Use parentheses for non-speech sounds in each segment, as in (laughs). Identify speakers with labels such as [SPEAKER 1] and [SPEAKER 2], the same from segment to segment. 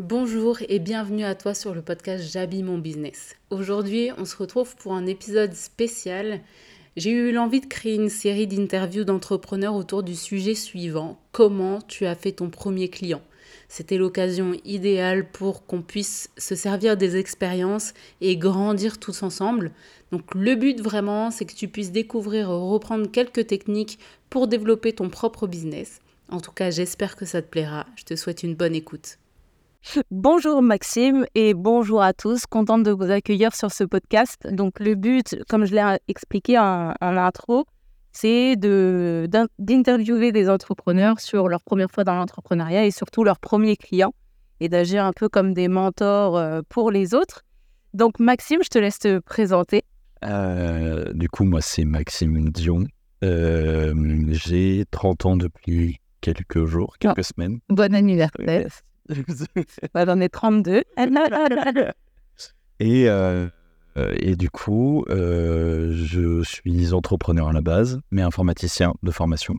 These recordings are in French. [SPEAKER 1] Bonjour et bienvenue à toi sur le podcast J'habille mon business. Aujourd'hui, on se retrouve pour un épisode spécial. J'ai eu l'envie de créer une série d'interviews d'entrepreneurs autour du sujet suivant comment tu as fait ton premier client. C'était l'occasion idéale pour qu'on puisse se servir des expériences et grandir tous ensemble. Donc le but vraiment, c'est que tu puisses découvrir, reprendre quelques techniques pour développer ton propre business. En tout cas, j'espère que ça te plaira. Je te souhaite une bonne écoute.
[SPEAKER 2] Bonjour Maxime et bonjour à tous. Contente de vous accueillir sur ce podcast. Donc le but, comme je l'ai expliqué en, en intro, c'est d'interviewer de, des entrepreneurs sur leur première fois dans l'entrepreneuriat et surtout leurs premiers clients et d'agir un peu comme des mentors euh, pour les autres. Donc Maxime, je te laisse te présenter.
[SPEAKER 3] Euh, du coup, moi, c'est Maxime Dion. Euh, J'ai 30 ans depuis quelques jours, quelques oh. semaines.
[SPEAKER 2] Bon anniversaire. bah, J'en ai (laughs) 32.
[SPEAKER 3] et, euh, et du coup, euh, je suis entrepreneur à la base, mais informaticien de formation.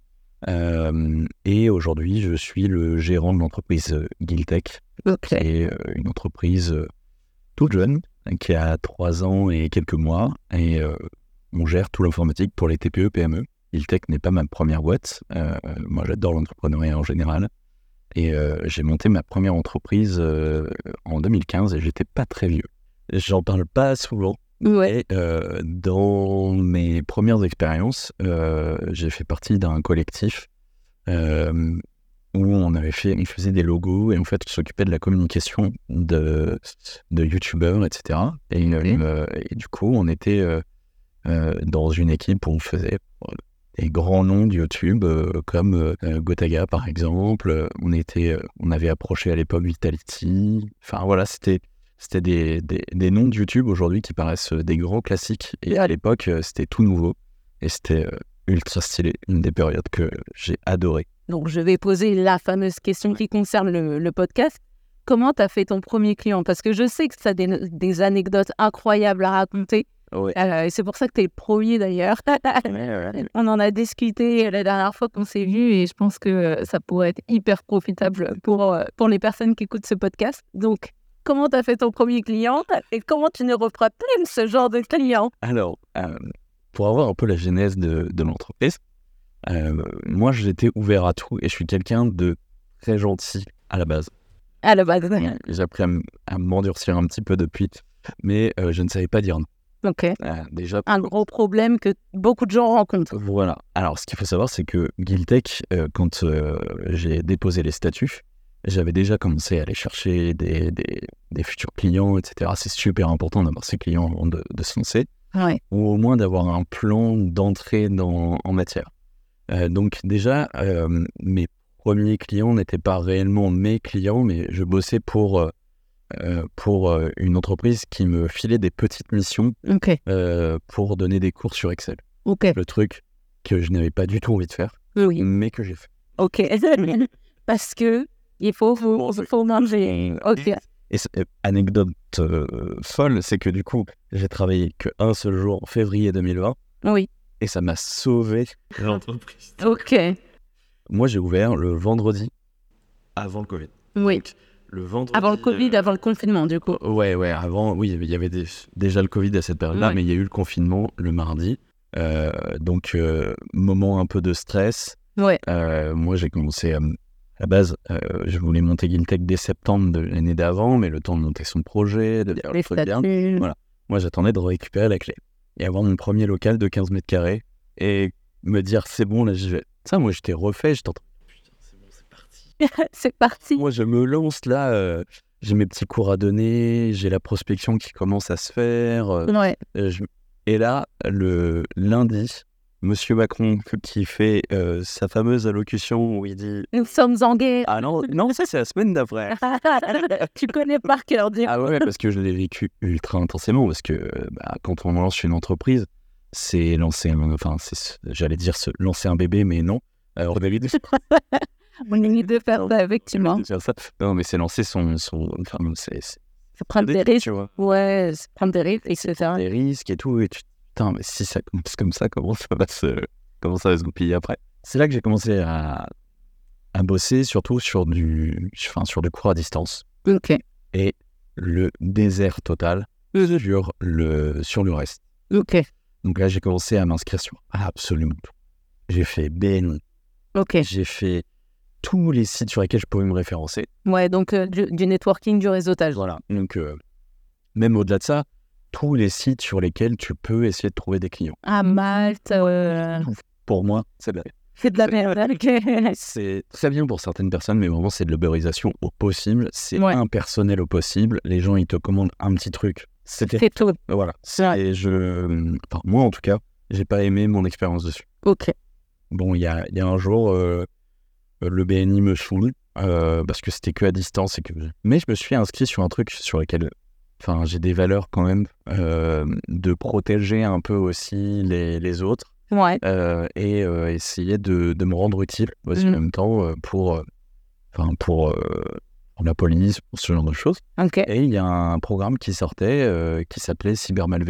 [SPEAKER 3] Euh, et aujourd'hui, je suis le gérant de l'entreprise Guiltech, okay. qui est euh, une entreprise euh, toute jeune, qui a 3 ans et quelques mois, et euh, on gère tout l'informatique pour les E, TPE, PME. Guiltech n'est pas ma première boîte. Euh, moi, j'adore l'entrepreneuriat en général. Et euh, j'ai monté ma première entreprise euh, en 2015 et j'étais pas très vieux. J'en parle pas souvent.
[SPEAKER 2] Ouais.
[SPEAKER 3] Et, euh, dans mes premières expériences, euh, j'ai fait partie d'un collectif euh, où on avait fait, on faisait des logos et en fait, on s'occupait de la communication de, de youtubeurs, etc. Et, okay. et, du coup, on était euh, dans une équipe où on faisait euh, des grands noms de YouTube euh, comme euh, Gotaga par exemple. On était, euh, on avait approché à l'époque Vitality. Enfin voilà, c'était c'était des, des, des, noms de YouTube aujourd'hui qui paraissent euh, des grands classiques. Et à l'époque, euh, c'était tout nouveau et c'était euh, ultra stylé. Une des périodes que j'ai adoré.
[SPEAKER 2] Donc je vais poser la fameuse question qui concerne le, le podcast. Comment tu as fait ton premier client Parce que je sais que tu as des, des anecdotes incroyables à raconter.
[SPEAKER 3] Ouais.
[SPEAKER 2] Euh, et c'est pour ça que tu es le premier d'ailleurs. on en a discuté euh, la dernière fois qu'on s'est vu et je pense que euh, ça pourrait être hyper profitable pour, euh, pour les personnes qui écoutent ce podcast. Donc, comment tu as fait ton premier client et comment tu ne referas plus ce genre de client
[SPEAKER 3] Alors, euh, pour avoir un peu la genèse de, de l'entreprise, euh, moi j'étais ouvert à tout et je suis quelqu'un de très gentil à la base.
[SPEAKER 2] À la base,
[SPEAKER 3] J'ai appris à m'endurcir un petit peu depuis, mais euh, je ne savais pas dire non.
[SPEAKER 2] Ok.
[SPEAKER 3] Euh, déjà,
[SPEAKER 2] un gros problème que beaucoup de gens rencontrent.
[SPEAKER 3] Voilà. Alors, ce qu'il faut savoir, c'est que Guiltech, euh, quand euh, j'ai déposé les statuts, j'avais déjà commencé à aller chercher des, des, des futurs clients, etc. C'est super important d'avoir ses clients avant de, de se lancer.
[SPEAKER 2] Ouais.
[SPEAKER 3] Ou au moins d'avoir un plan d'entrée en matière. Euh, donc, déjà, euh, mes premiers clients n'étaient pas réellement mes clients, mais je bossais pour. Euh, pour euh, une entreprise qui me filait des petites missions
[SPEAKER 2] okay.
[SPEAKER 3] euh, pour donner des cours sur Excel.
[SPEAKER 2] Okay.
[SPEAKER 3] Le truc que je n'avais pas du tout envie de faire,
[SPEAKER 2] oui.
[SPEAKER 3] mais que j'ai fait.
[SPEAKER 2] Ok, (laughs) parce que il faut, vous, bon, faut manger. Okay.
[SPEAKER 3] Et, et anecdote euh, folle, c'est que du coup, j'ai travaillé qu'un seul jour en février 2020.
[SPEAKER 2] Oui.
[SPEAKER 3] Et ça m'a sauvé l'entreprise.
[SPEAKER 2] ok.
[SPEAKER 3] Moi, j'ai ouvert le vendredi avant le Covid.
[SPEAKER 2] Oui.
[SPEAKER 3] Donc, le vendredi,
[SPEAKER 2] avant le Covid, euh... avant le confinement, du coup.
[SPEAKER 3] Ouais, ouais, avant, oui, il y avait des... déjà le Covid à cette période-là, ouais. mais il y a eu le confinement le mardi. Euh, donc, euh, moment un peu de stress. Euh,
[SPEAKER 2] Ouais.
[SPEAKER 3] moi, j'ai commencé à la base. euh, je voulais monter Gintech dès septembre de l'année d'avant, mais le temps de monter son projet, de dire
[SPEAKER 2] Les
[SPEAKER 3] le bien. Voilà. Moi, j'attendais de récupérer la clé et avoir mon premier local de 15 mètres carrés et me dire, c'est bon, là, j'y vais. Ça, moi, j'étais refait, j'étais en
[SPEAKER 2] (laughs) c'est parti.
[SPEAKER 3] Moi, je me lance là. Euh, j'ai mes petits cours à donner, j'ai la prospection qui commence à se faire. Euh,
[SPEAKER 2] ouais.
[SPEAKER 3] je... Et là, le lundi, Monsieur Macron qui fait euh, sa fameuse allocution où il dit
[SPEAKER 2] Nous sommes en guerre. (laughs)
[SPEAKER 3] Ah non, non ça c'est la semaine d'après.
[SPEAKER 2] tu connais par cœur, dire.
[SPEAKER 3] Ah ouais, parce que je l'ai vécu ultra intensément. Parce que bah, quand on lance une entreprise, c'est lancer, enfin, j'allais dire se lancer un bébé, mais non. Alors,
[SPEAKER 2] on est de faire ça, effectivement.
[SPEAKER 3] hein. Non, mais c'est lancer son. son enfin, c'est.
[SPEAKER 2] prendre des risques. Ouais, prendre des risques, etc.
[SPEAKER 3] Des risques et tout. Et tu... Putain, mais si ça commence comme ça, comment ça va se, comment ça va se goupiller après C'est là que j'ai commencé à... à bosser, surtout sur du, enfin, sur du cours à distance.
[SPEAKER 2] Ok.
[SPEAKER 3] et le désert total
[SPEAKER 2] Mhm.
[SPEAKER 3] sur le, sur le reste.
[SPEAKER 2] Ok.
[SPEAKER 3] Donc là, j'ai commencé à m'inscrire sur absolument tout. J'ai fait Ben,
[SPEAKER 2] Ok.
[SPEAKER 3] j'ai fait tous les sites sur lesquels je pouvais me référencer.
[SPEAKER 2] Ouais, donc euh, du, du networking, du réseautage.
[SPEAKER 3] Voilà. Donc, euh, même au-delà de ça, tous les sites sur lesquels tu peux essayer de trouver des clients.
[SPEAKER 2] À Ah, Malte, euh,
[SPEAKER 3] Pour moi, c'est de la
[SPEAKER 2] c'est de la merde. ok. (laughs)
[SPEAKER 3] C'est très bien pour certaines personnes, mais vraiment, c'est de l'uberisation au possible. C'est
[SPEAKER 2] Ouais.
[SPEAKER 3] impersonnel au possible. Les gens, ils te commandent un petit truc. C'était.
[SPEAKER 2] C'est tout.
[SPEAKER 3] Voilà.
[SPEAKER 2] Ouais.
[SPEAKER 3] Et je. Enfin, moi, en tout cas, j'ai pas aimé mon expérience dessus.
[SPEAKER 2] Ok.
[SPEAKER 3] Bon, il y a, il y a un jour, euh, le BNI me saoule euh, parce que c'était que à distance. Et que... Mais je me suis inscrit sur un truc sur lequel enfin, j'ai des valeurs quand même euh, de protéger un peu aussi les, les autres
[SPEAKER 2] Ouais.
[SPEAKER 3] euh, et euh, essayer de, de me rendre utile aussi en
[SPEAKER 2] Mhm.
[SPEAKER 3] même temps euh, pour, euh, enfin, pour, euh, pour la police, pour ce genre de choses.
[SPEAKER 2] Ok.
[SPEAKER 3] Et il y a un programme qui sortait euh, qui s'appelait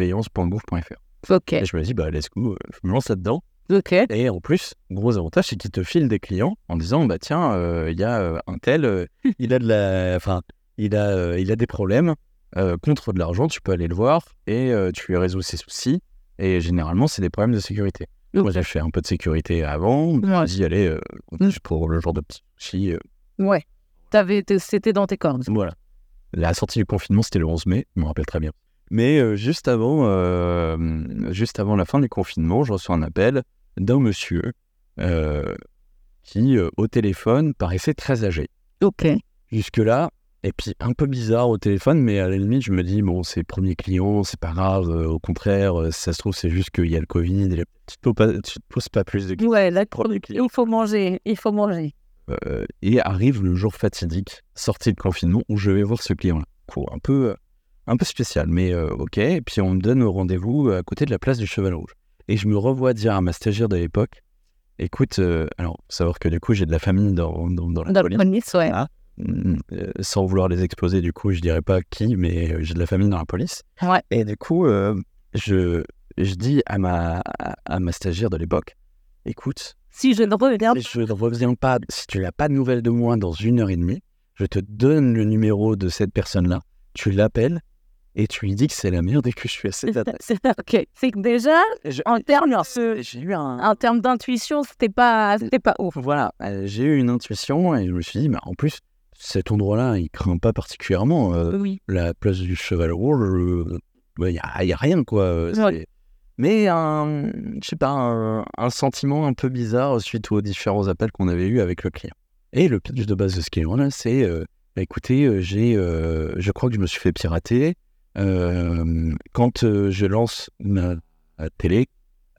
[SPEAKER 3] cybermalveillance.gouv.fr.
[SPEAKER 2] Ok.
[SPEAKER 3] Et je me dis, bah, let's go, je me lance là-dedans.
[SPEAKER 2] Ok.
[SPEAKER 3] Et en plus, gros avantage, c'est qu'il te file des clients en disant bah tiens, euh, il y a euh, un
[SPEAKER 2] (laughs)
[SPEAKER 3] tel, euh, il a de la, enfin, il a, euh, il a des problèmes euh, contre de l'argent. Tu peux aller le voir et euh, tu lui résous ses soucis. Et généralement, c'est des problèmes de sécurité. Moi, j'ai fait un peu de sécurité avant.
[SPEAKER 2] Ouais. Mm.
[SPEAKER 3] J'ai dit allez, euh, juste pour le genre de petit souci. euh,
[SPEAKER 2] Ouais. T'avais, t'es- c'était dans tes cordes.
[SPEAKER 3] voilà. La sortie du confinement, c'était le 11 mai, je me rappelle très bien. Mais euh, juste, avant, euh, juste avant la fin du confinement, je reçois un appel d'un monsieur euh, qui, euh, au téléphone, paraissait très âgé.
[SPEAKER 2] Ok.
[SPEAKER 3] Jusque-là, et puis un peu bizarre au téléphone, mais à la limite, je me dis, bon, c'est le premier client, c'est pas grave, euh, au contraire, euh, si ça se trouve, c'est juste qu'il y a le Covid, et le- tu te poses pas, tu te poses pas plus de questions.
[SPEAKER 2] Ouais, là,
[SPEAKER 3] Premier client.
[SPEAKER 2] il faut manger. Il faut manger.
[SPEAKER 3] Euh, et arrive le jour fatidique, sorti de confinement, où je vais voir ce client-là. Cours un peu, euh, un peu spécial, mais euh, ok. Et puis on me donne rendez-vous euh, à côté de la place du Cheval Rouge. Et je me revois dire à ma stagiaire de l'époque, écoute, euh, alors faut savoir que du coup j'ai de la famille dans, dans, dans la
[SPEAKER 2] Dans le
[SPEAKER 3] police.
[SPEAKER 2] police, ouais.
[SPEAKER 3] Mm, euh, sans vouloir les exposer, du coup, je dirais pas qui, mais euh, j'ai de la famille dans la police.
[SPEAKER 2] Ouais.
[SPEAKER 3] Et du coup, euh, je, je dis à ma, à, à ma stagiaire de l'époque, écoute,
[SPEAKER 2] Si je ne regarde.
[SPEAKER 3] je ne reviens pas. Si tu n'as pas de nouvelles de moi dans une heure et demie, je te donne le numéro de cette personne-là. Tu l'appelles et tu lui dis que c'est la merde et que je
[SPEAKER 2] (laughs)
[SPEAKER 3] suis assez adresse.
[SPEAKER 2] ok. C'est que déjà,
[SPEAKER 3] Je-
[SPEAKER 2] en termes,
[SPEAKER 3] Et J'ai eu un.
[SPEAKER 2] en termes d'intuition, c'était pas, c'était pas ouf.
[SPEAKER 3] Voilà, euh, j'ai eu une intuition et je me suis dit, mais en plus, cet endroit-là, il craint pas particulièrement. euh,
[SPEAKER 2] Oui.
[SPEAKER 3] la place du Cheval Rouge, euh, bah, y a, y a rien quoi. euh,
[SPEAKER 2] Ouais.
[SPEAKER 3] c'est- Mais un, je sais pas, un, un sentiment un peu bizarre suite aux différents appels qu'on avait eus avec le client. Et le pitch de base de ce client-là, c'est euh, Bah, écoutez, euh, j'ai, euh, je crois que je me suis fait pirater. Euh, quand euh, je lance ma ma télé,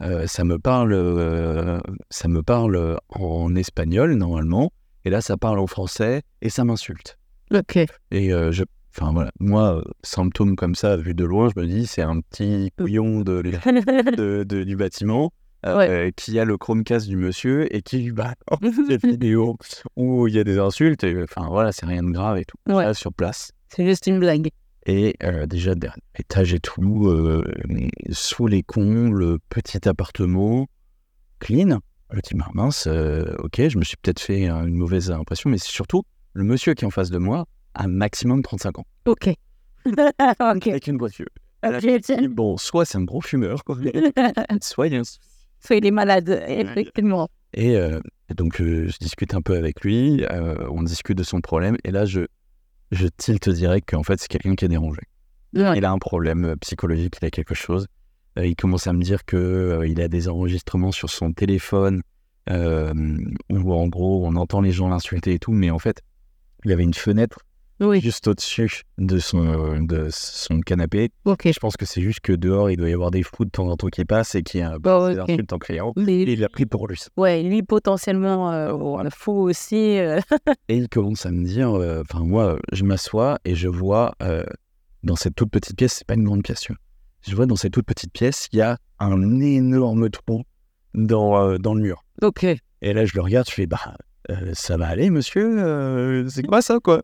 [SPEAKER 3] euh, ça me parle, euh, ça me parle en espagnol normalement, et là ça parle en français et ça m'insulte.
[SPEAKER 2] Ok.
[SPEAKER 3] Et euh, je, enfin voilà, moi, euh, symptôme comme ça, vu de loin, je me dis, c'est un petit
[SPEAKER 2] Mmh.
[SPEAKER 3] couillon de, l- de- de- du bâtiment euh,
[SPEAKER 2] Ouais.
[SPEAKER 3] euh, qui a le Chromecast du monsieur et qui
[SPEAKER 2] (laughs)
[SPEAKER 3] lui balance des vidéos où il y a des insultes. et, euh, Enfin voilà, c'est rien de grave et tout.
[SPEAKER 2] Ouais.
[SPEAKER 3] Là, sur place.
[SPEAKER 2] (laughs) C'est juste une blague.
[SPEAKER 3] Et euh, déjà, dernier étage et tout, euh, sous les combles, petit appartement, clean. Le petit bah, mince, euh, ok, je me suis peut-être fait euh, une mauvaise impression, mais c'est surtout le monsieur qui est en face de moi a un maximum de 35 ans.
[SPEAKER 2] Ok. (laughs) ok.
[SPEAKER 3] Avec une voiture. Elle a
[SPEAKER 2] Ok. (laughs)
[SPEAKER 3] dit, bon, soit c'est un gros fumeur, quoi, soit il y a un souci.
[SPEAKER 2] Soit il est malade, effectivement.
[SPEAKER 3] Et euh, donc, euh, je discute un peu avec lui, euh, on discute de son problème, et là, je, je tilte direct qu'en fait, c'est quelqu'un qui est dérangé.
[SPEAKER 2] Ouais.
[SPEAKER 3] Il a un problème euh, psychologique, il a quelque chose. Euh, il commence à me dire que euh, il a des enregistrements sur son téléphone, euh, où en gros, on entend les gens l'insulter et tout, mais en fait, il avait une fenêtre
[SPEAKER 2] Oui.
[SPEAKER 3] juste au-dessus de son, de son canapé,
[SPEAKER 2] Ok.
[SPEAKER 3] Et je pense que c'est juste que dehors, il doit y avoir des fous de temps en temps qui passent et qui euh,
[SPEAKER 2] Bon,
[SPEAKER 3] des
[SPEAKER 2] ok.
[SPEAKER 3] insultes en criant.
[SPEAKER 2] Mais-
[SPEAKER 3] Et il l'a pris pour lui.
[SPEAKER 2] Ouais, lui potentiellement euh,
[SPEAKER 3] Voilà.
[SPEAKER 2] fou aussi. euh,
[SPEAKER 3] Et il commence à me dire, euh, enfin moi, euh, je m'assois et je vois euh, dans cette toute petite pièce, c'est pas une grande pièce, tu vois. je vois dans cette toute petite pièce, il y a un énorme trou dans, euh, dans le mur.
[SPEAKER 2] Ok.
[SPEAKER 3] Et là, je le regarde, je fais, bah, euh, ça va aller, monsieur euh, C'est quoi ça, quoi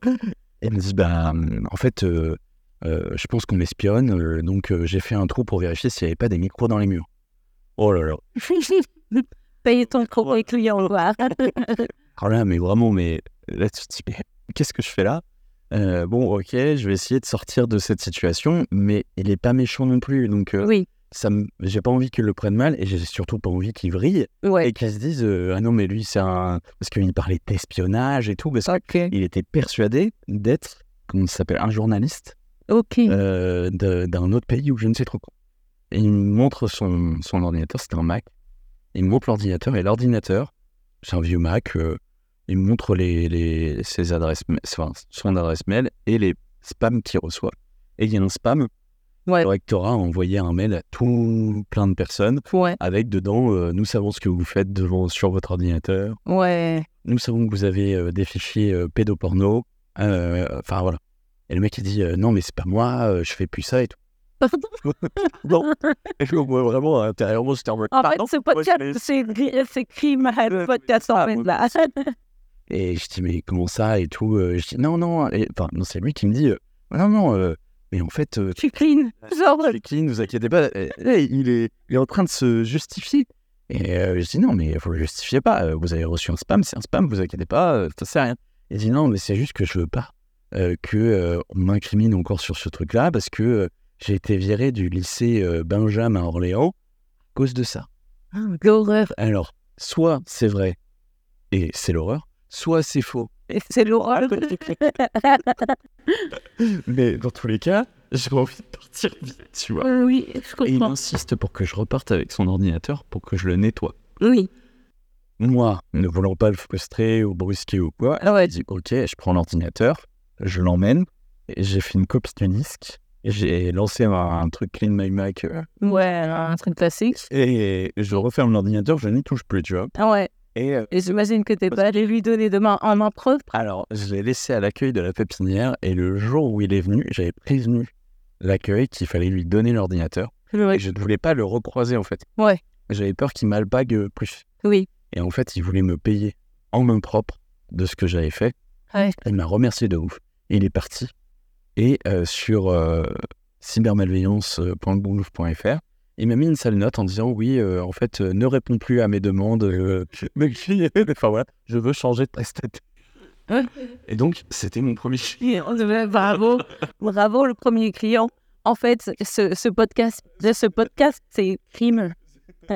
[SPEAKER 3] Et il me dit, bah, hum, en fait, euh, euh, je pense qu'on m'espionne, euh, donc euh, j'ai fait un trou pour vérifier s'il n'y avait pas des micros dans les murs. Oh là là.
[SPEAKER 2] (laughs) Payer ton propre
[SPEAKER 3] (laughs)
[SPEAKER 2] client, quoi.
[SPEAKER 3] Oh Alors là, mais vraiment, mais là, tu te dis, mais qu'est-ce que je fais là euh, bon, ok, je vais essayer de sortir de cette situation, mais il est pas méchant non plus. Donc, euh,
[SPEAKER 2] Oui,
[SPEAKER 3] ça me- j'ai pas envie qu'il le prenne mal et j'ai surtout pas envie qu'il vrille
[SPEAKER 2] ouais.
[SPEAKER 3] et qu'il se dise euh, Ah non, mais lui, c'est un. Parce qu'il parlait d'espionnage et tout, parce
[SPEAKER 2] Ok.
[SPEAKER 3] qu'il était persuadé d'être, comment ça s'appelle, un journaliste
[SPEAKER 2] Ok.
[SPEAKER 3] euh, de- d'un autre pays ou je ne sais trop quoi. Et il me montre son, son ordinateur, c'était un Mac. Il me montre l'ordinateur et l'ordinateur, c'est un vieux Mac. euh, il me montre les, les- ses adresses, ma- enfin, son adresse mail et les spams qu'il reçoit. Et il y a un spam.
[SPEAKER 2] Ouais.
[SPEAKER 3] Le rectorat a envoyé un mail à tout plein de personnes
[SPEAKER 2] Ouais.
[SPEAKER 3] avec dedans euh, Nous savons ce que vous faites devant, sur votre ordinateur.
[SPEAKER 2] Ouais.
[SPEAKER 3] Nous savons que vous avez euh, des fichiers euh, pédoporno. Euh, Enfin voilà. Et le mec il dit euh, Non, mais c'est pas moi, euh, je fais plus
[SPEAKER 2] (laughs)
[SPEAKER 3] ça et tout.
[SPEAKER 2] Pardon.
[SPEAKER 3] Non. Et je- moi, vraiment, intérieurement, j'étais en mode,
[SPEAKER 2] En
[SPEAKER 3] pardon,
[SPEAKER 2] fait, ce
[SPEAKER 3] moi, je
[SPEAKER 2] podcast,
[SPEAKER 3] l'ai-
[SPEAKER 2] c'est gri- c'est crime à
[SPEAKER 3] Ouais,
[SPEAKER 2] podcast en
[SPEAKER 3] ça,
[SPEAKER 2] fait
[SPEAKER 3] moi,
[SPEAKER 2] là.
[SPEAKER 3] Et je dis, mais comment ça et tout euh, Je dis, non, non. et- Enfin, non, c'est lui qui me dit, euh, non, non, euh, mais en fait, euh,
[SPEAKER 2] Je suis clean. Genre,
[SPEAKER 3] c'est qui, ne vous inquiétez pas. eh, eh, il, est, il est en train de se justifier. Et euh, je dis, non, mais vous ne le justifiez pas. euh, Vous avez reçu un spam, c'est un spam, vous inquiétez pas, euh, ça sert à rien. Il dit, non, mais c'est juste que je veux pas euh, que euh, on m'incrimine encore sur ce truc-là parce que euh, j'ai été viré du lycée euh, Benjamin à Orléans à cause de ça.
[SPEAKER 2] l'horreur.
[SPEAKER 3] Alors, soit c'est vrai et c'est l'horreur, soit c'est faux.
[SPEAKER 2] Et C'est l'horreur.
[SPEAKER 3] Mais dans tous les cas, j'ai envie de partir vite, tu vois.
[SPEAKER 2] (laughs) Oui, je
[SPEAKER 3] Et il
[SPEAKER 2] comprends.
[SPEAKER 3] insiste pour que je reparte avec son ordinateur pour que je le nettoie.
[SPEAKER 2] Oui,
[SPEAKER 3] Moi, ne voulant pas le frustrer ou brusquer ou quoi,
[SPEAKER 2] Hmm. Ah ouais.
[SPEAKER 3] je dis ok, je prends l'ordinateur, je l'emmène, et j'ai fait une copie du disque, et j'ai lancé un, un truc Clean My Mac, euh,
[SPEAKER 2] ouais, un truc classique.
[SPEAKER 3] et je referme l'ordinateur, je n'y touche plus, tu vois.
[SPEAKER 2] Ah ouais,
[SPEAKER 3] Et euh,
[SPEAKER 2] et j'imagine que t'es pas allé lui donner demain un impro.
[SPEAKER 3] Alors, je l'ai laissé à l'accueil de la pépinière et le jour où il est venu, j'avais prévenu l'accueil qu'il fallait lui donner l'ordinateur. Et
[SPEAKER 2] Ouais.
[SPEAKER 3] je ne voulais pas le recroiser en fait.
[SPEAKER 2] Ouais.
[SPEAKER 3] J'avais peur qu'il m'alpague plus.
[SPEAKER 2] Oui,
[SPEAKER 3] Et en fait, il voulait me payer en main propre de ce que j'avais fait.
[SPEAKER 2] Ouais.
[SPEAKER 3] Il m'a remercié de ouf. Et il est parti. Et euh, sur euh, cybermalveillance.gouv.fr, il m'a mis une sale note en disant Oui, euh, en fait, euh, ne réponds plus à mes demandes. euh, (laughs) me crier. enfin voilà, je veux changer de prestataire.
[SPEAKER 2] Ouais.
[SPEAKER 3] Et donc, c'était mon premier chien.
[SPEAKER 2] Et on devait- bravo, (laughs) bravo le premier client. En fait, ce, ce podcast, de ce podcast, c'est crime. (laughs)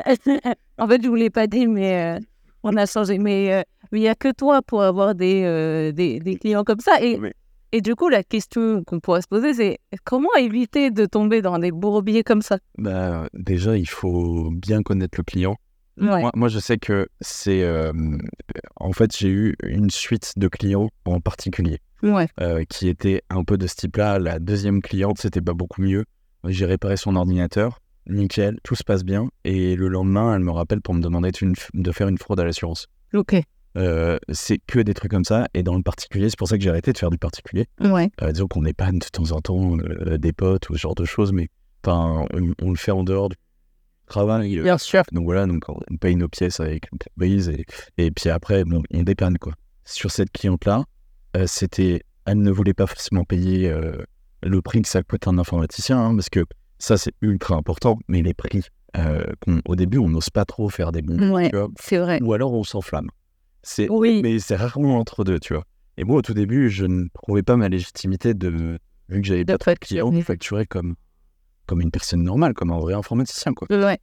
[SPEAKER 2] en fait, je voulais pas dire, mais euh, on a changé. Mais euh, mais il y a que toi pour avoir des, euh, des, des clients comme ça. Et,
[SPEAKER 3] Mais-
[SPEAKER 2] et du coup, la question qu'on pourrait se poser, c'est comment éviter de tomber dans des bourbiers comme ça
[SPEAKER 3] Bah, déjà, il faut bien connaître le client.
[SPEAKER 2] Ouais.
[SPEAKER 3] Moi, moi, je sais que c'est. euh, en fait, j'ai eu une suite de clients en particulier.
[SPEAKER 2] Ouais.
[SPEAKER 3] euh, qui était un peu de ce type-là. La deuxième cliente, c'était pas beaucoup mieux. J'ai réparé son ordinateur, nickel, tout se passe bien. Et le lendemain, elle me rappelle pour me demander une f- de faire une fraude à l'assurance.
[SPEAKER 2] Ok.
[SPEAKER 3] Euh, c'est que des trucs comme ça. Et dans le particulier, c'est pour ça que j'ai arrêté de faire du particulier.
[SPEAKER 2] Ouais.
[SPEAKER 3] Euh, disons qu'on épanne de temps en temps euh, des potes ou ce genre de choses, mais enfin, on, on le fait en dehors du travail. euh,
[SPEAKER 2] Bien sûr.
[SPEAKER 3] Donc voilà, donc on paye nos pièces avec l'entreprise et, et puis après, bon, on dépanne quoi. Sur cette cliente-là, euh, c'était, elle ne voulait pas forcément payer euh, le prix que ça coûte un informaticien, hein, parce que ça c'est ultra important, mais les prix, euh, qu'on- au début, on n'ose pas trop faire des bons prix,
[SPEAKER 2] Mmh, Ouais.
[SPEAKER 3] tu vois,
[SPEAKER 2] C'est vrai.
[SPEAKER 3] ou alors on s'enflamme. C'est,
[SPEAKER 2] Oui.
[SPEAKER 3] mais c'est rarement entre deux, tu vois. Et moi, au tout début, je ne trouvais pas ma légitimité de, vu que j'avais
[SPEAKER 2] De
[SPEAKER 3] pas de client,
[SPEAKER 2] facturer.
[SPEAKER 3] facturé comme, comme une personne normale, comme un vrai informaticien, quoi.
[SPEAKER 2] Ouais.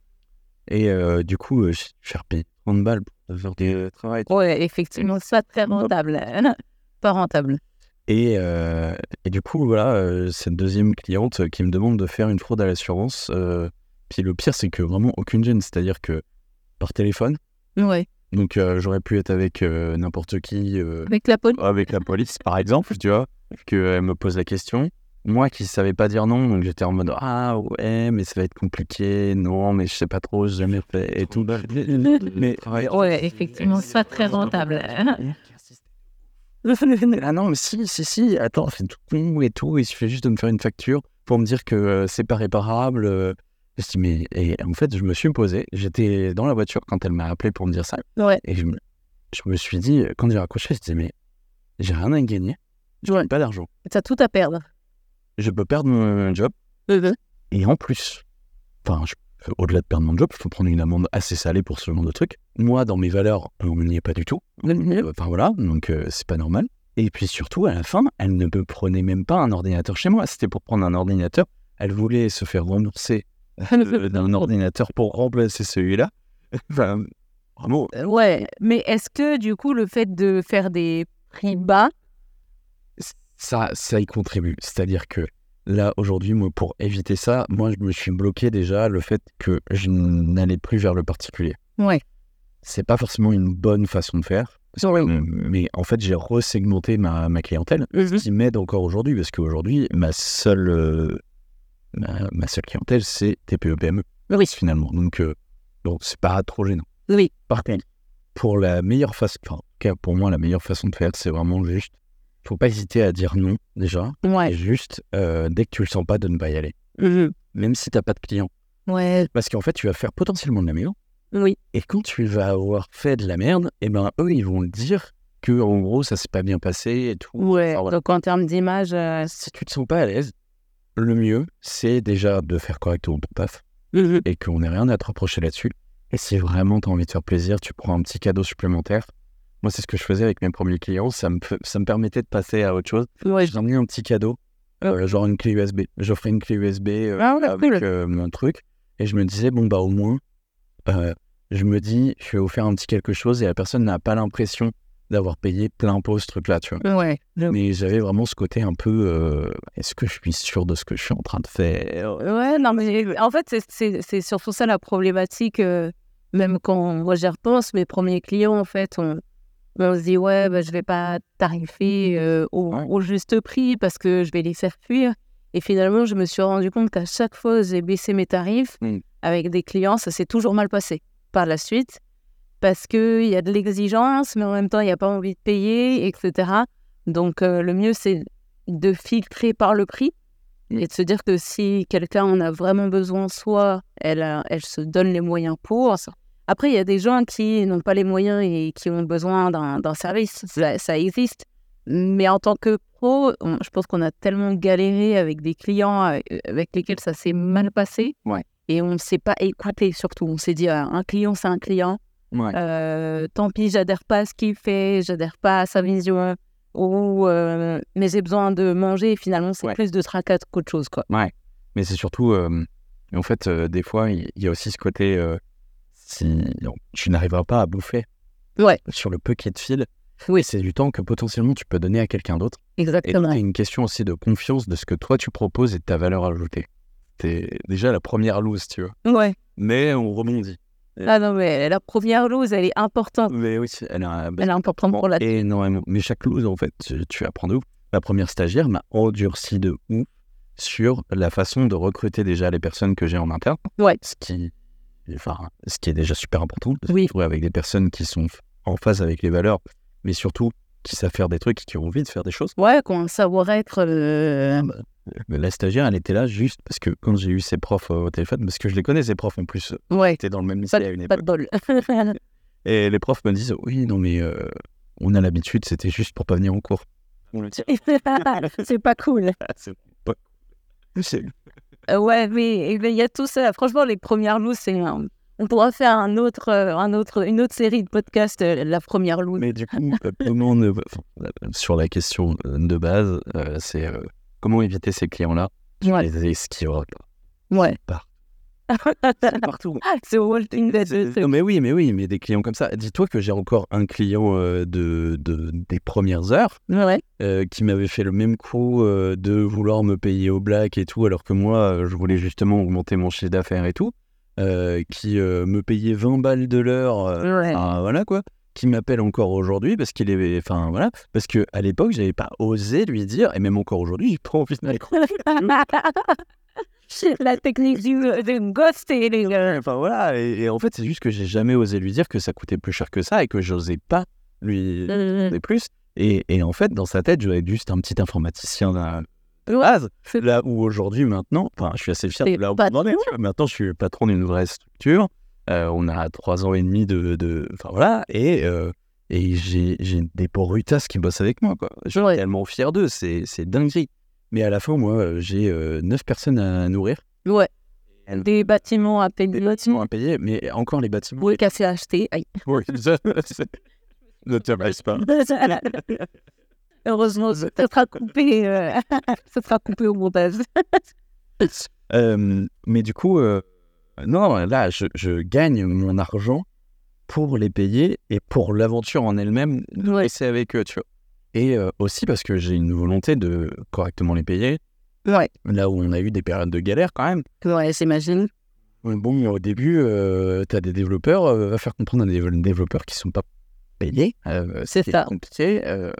[SPEAKER 3] Et euh, du coup, euh, je je suis repayé 30 balles pour faire du euh, travail.
[SPEAKER 2] Ouais, effectivement, c'est pas très rentable. (laughs) pas rentable.
[SPEAKER 3] Et, euh, et du coup, voilà, euh, cette deuxième cliente euh, qui me demande de faire une fraude à l'assurance. euh, puis le pire, c'est que vraiment aucune gêne, c'est-à-dire que par téléphone.
[SPEAKER 2] Ouais.
[SPEAKER 3] Donc euh, j'aurais pu être avec euh, n'importe qui, euh,
[SPEAKER 2] Avec la police.
[SPEAKER 3] avec la police par exemple, tu vois, qu'elle me pose la question. Moi qui savais pas dire non, donc j'étais en mode Ah ouais, mais ça va être compliqué, non, mais je sais pas trop, j'ai jamais fait et tout.
[SPEAKER 2] (laughs)
[SPEAKER 3] Mais
[SPEAKER 2] Ouais, effectivement, c'est pas très (laughs) rentable.
[SPEAKER 3] Ah non, mais si, si, si, attends, c'est tout con et tout, il suffit juste de me faire une facture pour me dire que euh, c'est pas réparable. euh. Je dis, mais et en fait, je me suis posé, j'étais dans la voiture quand elle m'a appelé pour me dire ça,
[SPEAKER 2] ouais.
[SPEAKER 3] et je me, je me suis dit, euh, quand j'ai raccroché, je disais, mais j'ai rien à gagner, je gagne pas d'argent,
[SPEAKER 2] T'as tout à perdre.
[SPEAKER 3] je peux perdre mon job,
[SPEAKER 2] Mm-hmm.
[SPEAKER 3] et en plus, enfin, je- euh, au-delà de perdre mon job, je peux prendre une amende assez salée pour ce genre de truc. Moi, dans mes valeurs, on n'y est pas du tout, enfin voilà, donc euh, c'est pas normal. Et puis surtout, à la fin, elle ne me prenait même pas un ordinateur chez moi. C'était pour prendre un ordinateur. Elle voulait se faire rembourser euh, d'un ordinateur pour remplacer celui-là. Enfin, vraiment,
[SPEAKER 2] Euh, Ouais, mais est-ce que du coup, le fait de faire des prix bas,
[SPEAKER 3] ça, ça y contribue. C'est-à-dire que là, aujourd'hui, moi, pour éviter ça, moi, je me suis bloqué déjà le fait que je n'allais plus vers le particulier.
[SPEAKER 2] ouais,
[SPEAKER 3] C'est pas forcément une bonne façon de faire. Euh, Mais en fait, j'ai resegmenté ma, ma clientèle.
[SPEAKER 2] Mmh. Mm-hmm.
[SPEAKER 3] qui m'aide encore aujourd'hui, parce qu'aujourd'hui, ma seule, euh, ma, ma seule clientèle, c'est E TPE-PME,
[SPEAKER 2] oui,
[SPEAKER 3] finalement. Donc, euh, donc c'est pas trop gênant.
[SPEAKER 2] oui,
[SPEAKER 3] Par contre, pour la meilleure façon, enfin, en tout cas, pour moi, la meilleure façon de faire, c'est vraiment juste, faut pas hésiter à dire non, déjà. Et
[SPEAKER 2] ouais,
[SPEAKER 3] juste, euh, dès que tu le sens pas, de ne pas y aller.
[SPEAKER 2] mhm,
[SPEAKER 3] Même si t'as pas de client.
[SPEAKER 2] ouais,
[SPEAKER 3] Parce qu'en fait, tu vas faire potentiellement de la merde.
[SPEAKER 2] oui,
[SPEAKER 3] Et quand tu vas avoir fait de la merde, eh ben, eux, ils vont le dire que, en gros, ça s'est pas bien passé et tout.
[SPEAKER 2] Ah ouais.
[SPEAKER 3] Enfin, voilà.
[SPEAKER 2] Donc en termes d'image, euh,
[SPEAKER 3] si tu te sens pas à l'aise, le mieux, c'est déjà de faire correctement ton taf
[SPEAKER 2] mhm,
[SPEAKER 3] et qu'on n'ait rien à te reprocher là-dessus. Et si vraiment tu as envie de faire plaisir, tu prends un petit cadeau supplémentaire. Moi, c'est ce que je faisais avec mes premiers clients. Ça me, fe- ça me permettait de passer à autre chose.
[SPEAKER 2] ouais,
[SPEAKER 3] J'ai emmené un petit cadeau, euh, genre une clé USB. J'offrais une clé USB euh,
[SPEAKER 2] Oh. Ah ouais,
[SPEAKER 3] avec
[SPEAKER 2] cool.
[SPEAKER 3] euh, un truc. Et je me disais, bon, bah au moins, euh, je me dis, je vais offrir un petit quelque chose et la personne n'a pas l'impression d'avoir payé plein pot ce truc-là, tu vois.
[SPEAKER 2] ouais, je-
[SPEAKER 3] Mais j'avais vraiment ce côté un peu euh, est-ce que je suis sûr de ce que je suis en train de faire
[SPEAKER 2] Ouais, non, mais en fait, c'est- c'est c'est surtout ça la problématique, euh, même quand moi j'y repense, mes premiers clients, en fait, on, on se dit, ouais, bah, je vais pas tarifer euh, au,
[SPEAKER 3] Ouais.
[SPEAKER 2] au juste prix parce que je vais les faire fuir. Et finalement, je me suis rendu compte qu'à chaque fois, j'ai baissé mes tarifs
[SPEAKER 3] Mm.
[SPEAKER 2] avec des clients, ça s'est toujours mal passé par la suite parce qu'il y a de l'exigence, mais en même temps, il n'y a pas envie de payer, etc. Donc, euh, le mieux, c'est de filtrer par le prix
[SPEAKER 3] Mm.
[SPEAKER 2] et de se dire que si quelqu'un en a vraiment besoin, soit elle, a- elle se donne les moyens pour. Après, il y a des gens qui n'ont pas les moyens et qui ont besoin d'un d'un service. Ça, ça existe. Mais en tant que pro, on- je pense qu'on a tellement galéré avec des clients avec, avec lesquels ça s'est mal passé.
[SPEAKER 3] Ouais.
[SPEAKER 2] Et on ne s'est pas écouté surtout. On s'est dit, ah, un client, c'est un client.
[SPEAKER 3] Ouais.
[SPEAKER 2] Euh, tant pis, j'adhère pas à ce qu'il fait, j'adhère pas à sa vision, ou euh, mais j'ai besoin de manger, et finalement, c'est
[SPEAKER 3] Ouais.
[SPEAKER 2] plus de tracas qu'autre chose, quoi.
[SPEAKER 3] Mais c'est surtout, euh, en fait, euh, des fois, il il y, a aussi ce côté euh, si non, tu n'arriveras pas à bouffer
[SPEAKER 2] Ouais.
[SPEAKER 3] sur le peu qui te file,
[SPEAKER 2] Oui.
[SPEAKER 3] c'est du temps que potentiellement tu peux donner à quelqu'un d'autre. Et
[SPEAKER 2] Exactement.
[SPEAKER 3] c'est une question aussi de confiance de ce que toi tu proposes et de ta valeur ajoutée. T'es déjà la première loose, tu vois.
[SPEAKER 2] Ouais.
[SPEAKER 3] Mais on rebondit.
[SPEAKER 2] Ah non, mais la première lose, elle est importante.
[SPEAKER 3] Mais oui, elle a,
[SPEAKER 2] Elle est importante pour la.
[SPEAKER 3] énormément. Mais chaque loose, en fait, tu, tu apprends de ouf. Ma première stagiaire m'a endurci de ouf sur la façon de recruter déjà les personnes que j'ai en interne.
[SPEAKER 2] Ouais.
[SPEAKER 3] Ce qui, enfin, ce qui est déjà super important. parce que
[SPEAKER 2] Oui.
[SPEAKER 3] se retrouver avec des personnes qui sont en phase avec les valeurs, mais surtout qui savent faire des trucs et qui ont envie de faire des choses.
[SPEAKER 2] Ouais, qu'on a un savoir-être. euh,
[SPEAKER 3] Mais la stagiaire, elle était là juste parce que quand j'ai eu ses profs euh, au téléphone, parce que je les connais, ces profs en plus, euh,
[SPEAKER 2] Ouais.
[SPEAKER 3] étaient dans le même lycée
[SPEAKER 2] Pas,
[SPEAKER 3] à une
[SPEAKER 2] pas
[SPEAKER 3] époque.
[SPEAKER 2] de bol.
[SPEAKER 3] Et les profs me disent Oui, non, mais euh, on a l'habitude, c'était juste pour pas venir en cours. On le dit
[SPEAKER 2] c'est pas cool.
[SPEAKER 3] C'est pas- C'est-
[SPEAKER 2] Euh, ouais, mais mais il y a tout ça. Franchement, les premières loups, c'est. un- On pourra faire un autre, euh, un autre, une autre série de podcasts, euh, la première loose.
[SPEAKER 3] Mais du coup, euh, comment ne- enfin, euh, sur la question euh, de base, euh, c'est euh, comment éviter ces clients-là
[SPEAKER 2] Ouais.
[SPEAKER 3] Les esquiver
[SPEAKER 2] Ouais.
[SPEAKER 3] Par-
[SPEAKER 2] (laughs)
[SPEAKER 3] partout.
[SPEAKER 2] C'est Walking Dead.
[SPEAKER 3] C'est-
[SPEAKER 2] c'est-
[SPEAKER 3] Euh, non, mais oui, mais oui, mais des clients comme ça. Dis-toi que j'ai encore un client euh, de, de- des premières heures
[SPEAKER 2] Ouais.
[SPEAKER 3] euh, qui m'avait fait le même coup euh, de vouloir me payer au black et tout, alors que moi, euh, je voulais justement augmenter mon chiffre d'affaires et tout, euh, qui euh, me payait 20 balles de l'heure. euh,
[SPEAKER 2] Ouais.
[SPEAKER 3] ah, voilà quoi, qui m'appelle encore aujourd'hui parce qu'il est, enfin voilà, parce que à l'époque j'avais pas osé lui dire et même encore aujourd'hui j'ai trop envie de m'aller coucher.
[SPEAKER 2] (laughs) La technique du, du ghost et les. euh,
[SPEAKER 3] Enfin voilà, et, et en fait c'est juste que j'ai jamais osé lui dire que ça coûtait plus cher que ça et que j'osais pas lui
[SPEAKER 2] euh,
[SPEAKER 3] demander plus. Et, et en fait dans sa tête je vais être juste un petit informaticien là, de
[SPEAKER 2] Ouais,
[SPEAKER 3] base.
[SPEAKER 2] c'est-
[SPEAKER 3] Là où aujourd'hui maintenant, enfin je suis assez fier
[SPEAKER 2] C'est
[SPEAKER 3] de là où
[SPEAKER 2] pas
[SPEAKER 3] on en est, tu vois. Maintenant je suis le patron d'une vraie structure. Euh, on a trois ans et demi de, de- enfin voilà, et euh, et j'ai j'ai des porutas qui bossent avec moi quoi. Je suis
[SPEAKER 2] Ouais.
[SPEAKER 3] tellement fier d'eux, c'est c'est dinguerie. Mais à la fin moi euh, j'ai euh, neuf personnes à nourrir,
[SPEAKER 2] ouais. Des bâtiments à payer.
[SPEAKER 3] des bâtiments à payer, mais encore les bâtiments.
[SPEAKER 2] Oui, cassé (laughs) à acheter. Aïe.
[SPEAKER 3] Oui, ça, c'est- ne te blesse pas.
[SPEAKER 2] Heureusement, ça sera coupé, euh, (laughs) ça sera coupé au montage.
[SPEAKER 3] Euh, mais du coup, euh, non, là, je, je gagne mon argent pour les payer et pour l'aventure en elle-même de
[SPEAKER 2] (laughs) Ouais.
[SPEAKER 3] rester avec eux, tu vois. Et euh, aussi parce que j'ai une volonté de correctement les payer,
[SPEAKER 2] ouais,
[SPEAKER 3] là où on a eu des périodes de galère quand même.
[SPEAKER 2] ouais, j'imagine.
[SPEAKER 3] Mais Bon, au début, tu as des développeurs, euh, va faire comprendre à des développeurs qui sont pas payés, euh,
[SPEAKER 2] C'est
[SPEAKER 3] c'est
[SPEAKER 2] ça.
[SPEAKER 3] compliqué. euh,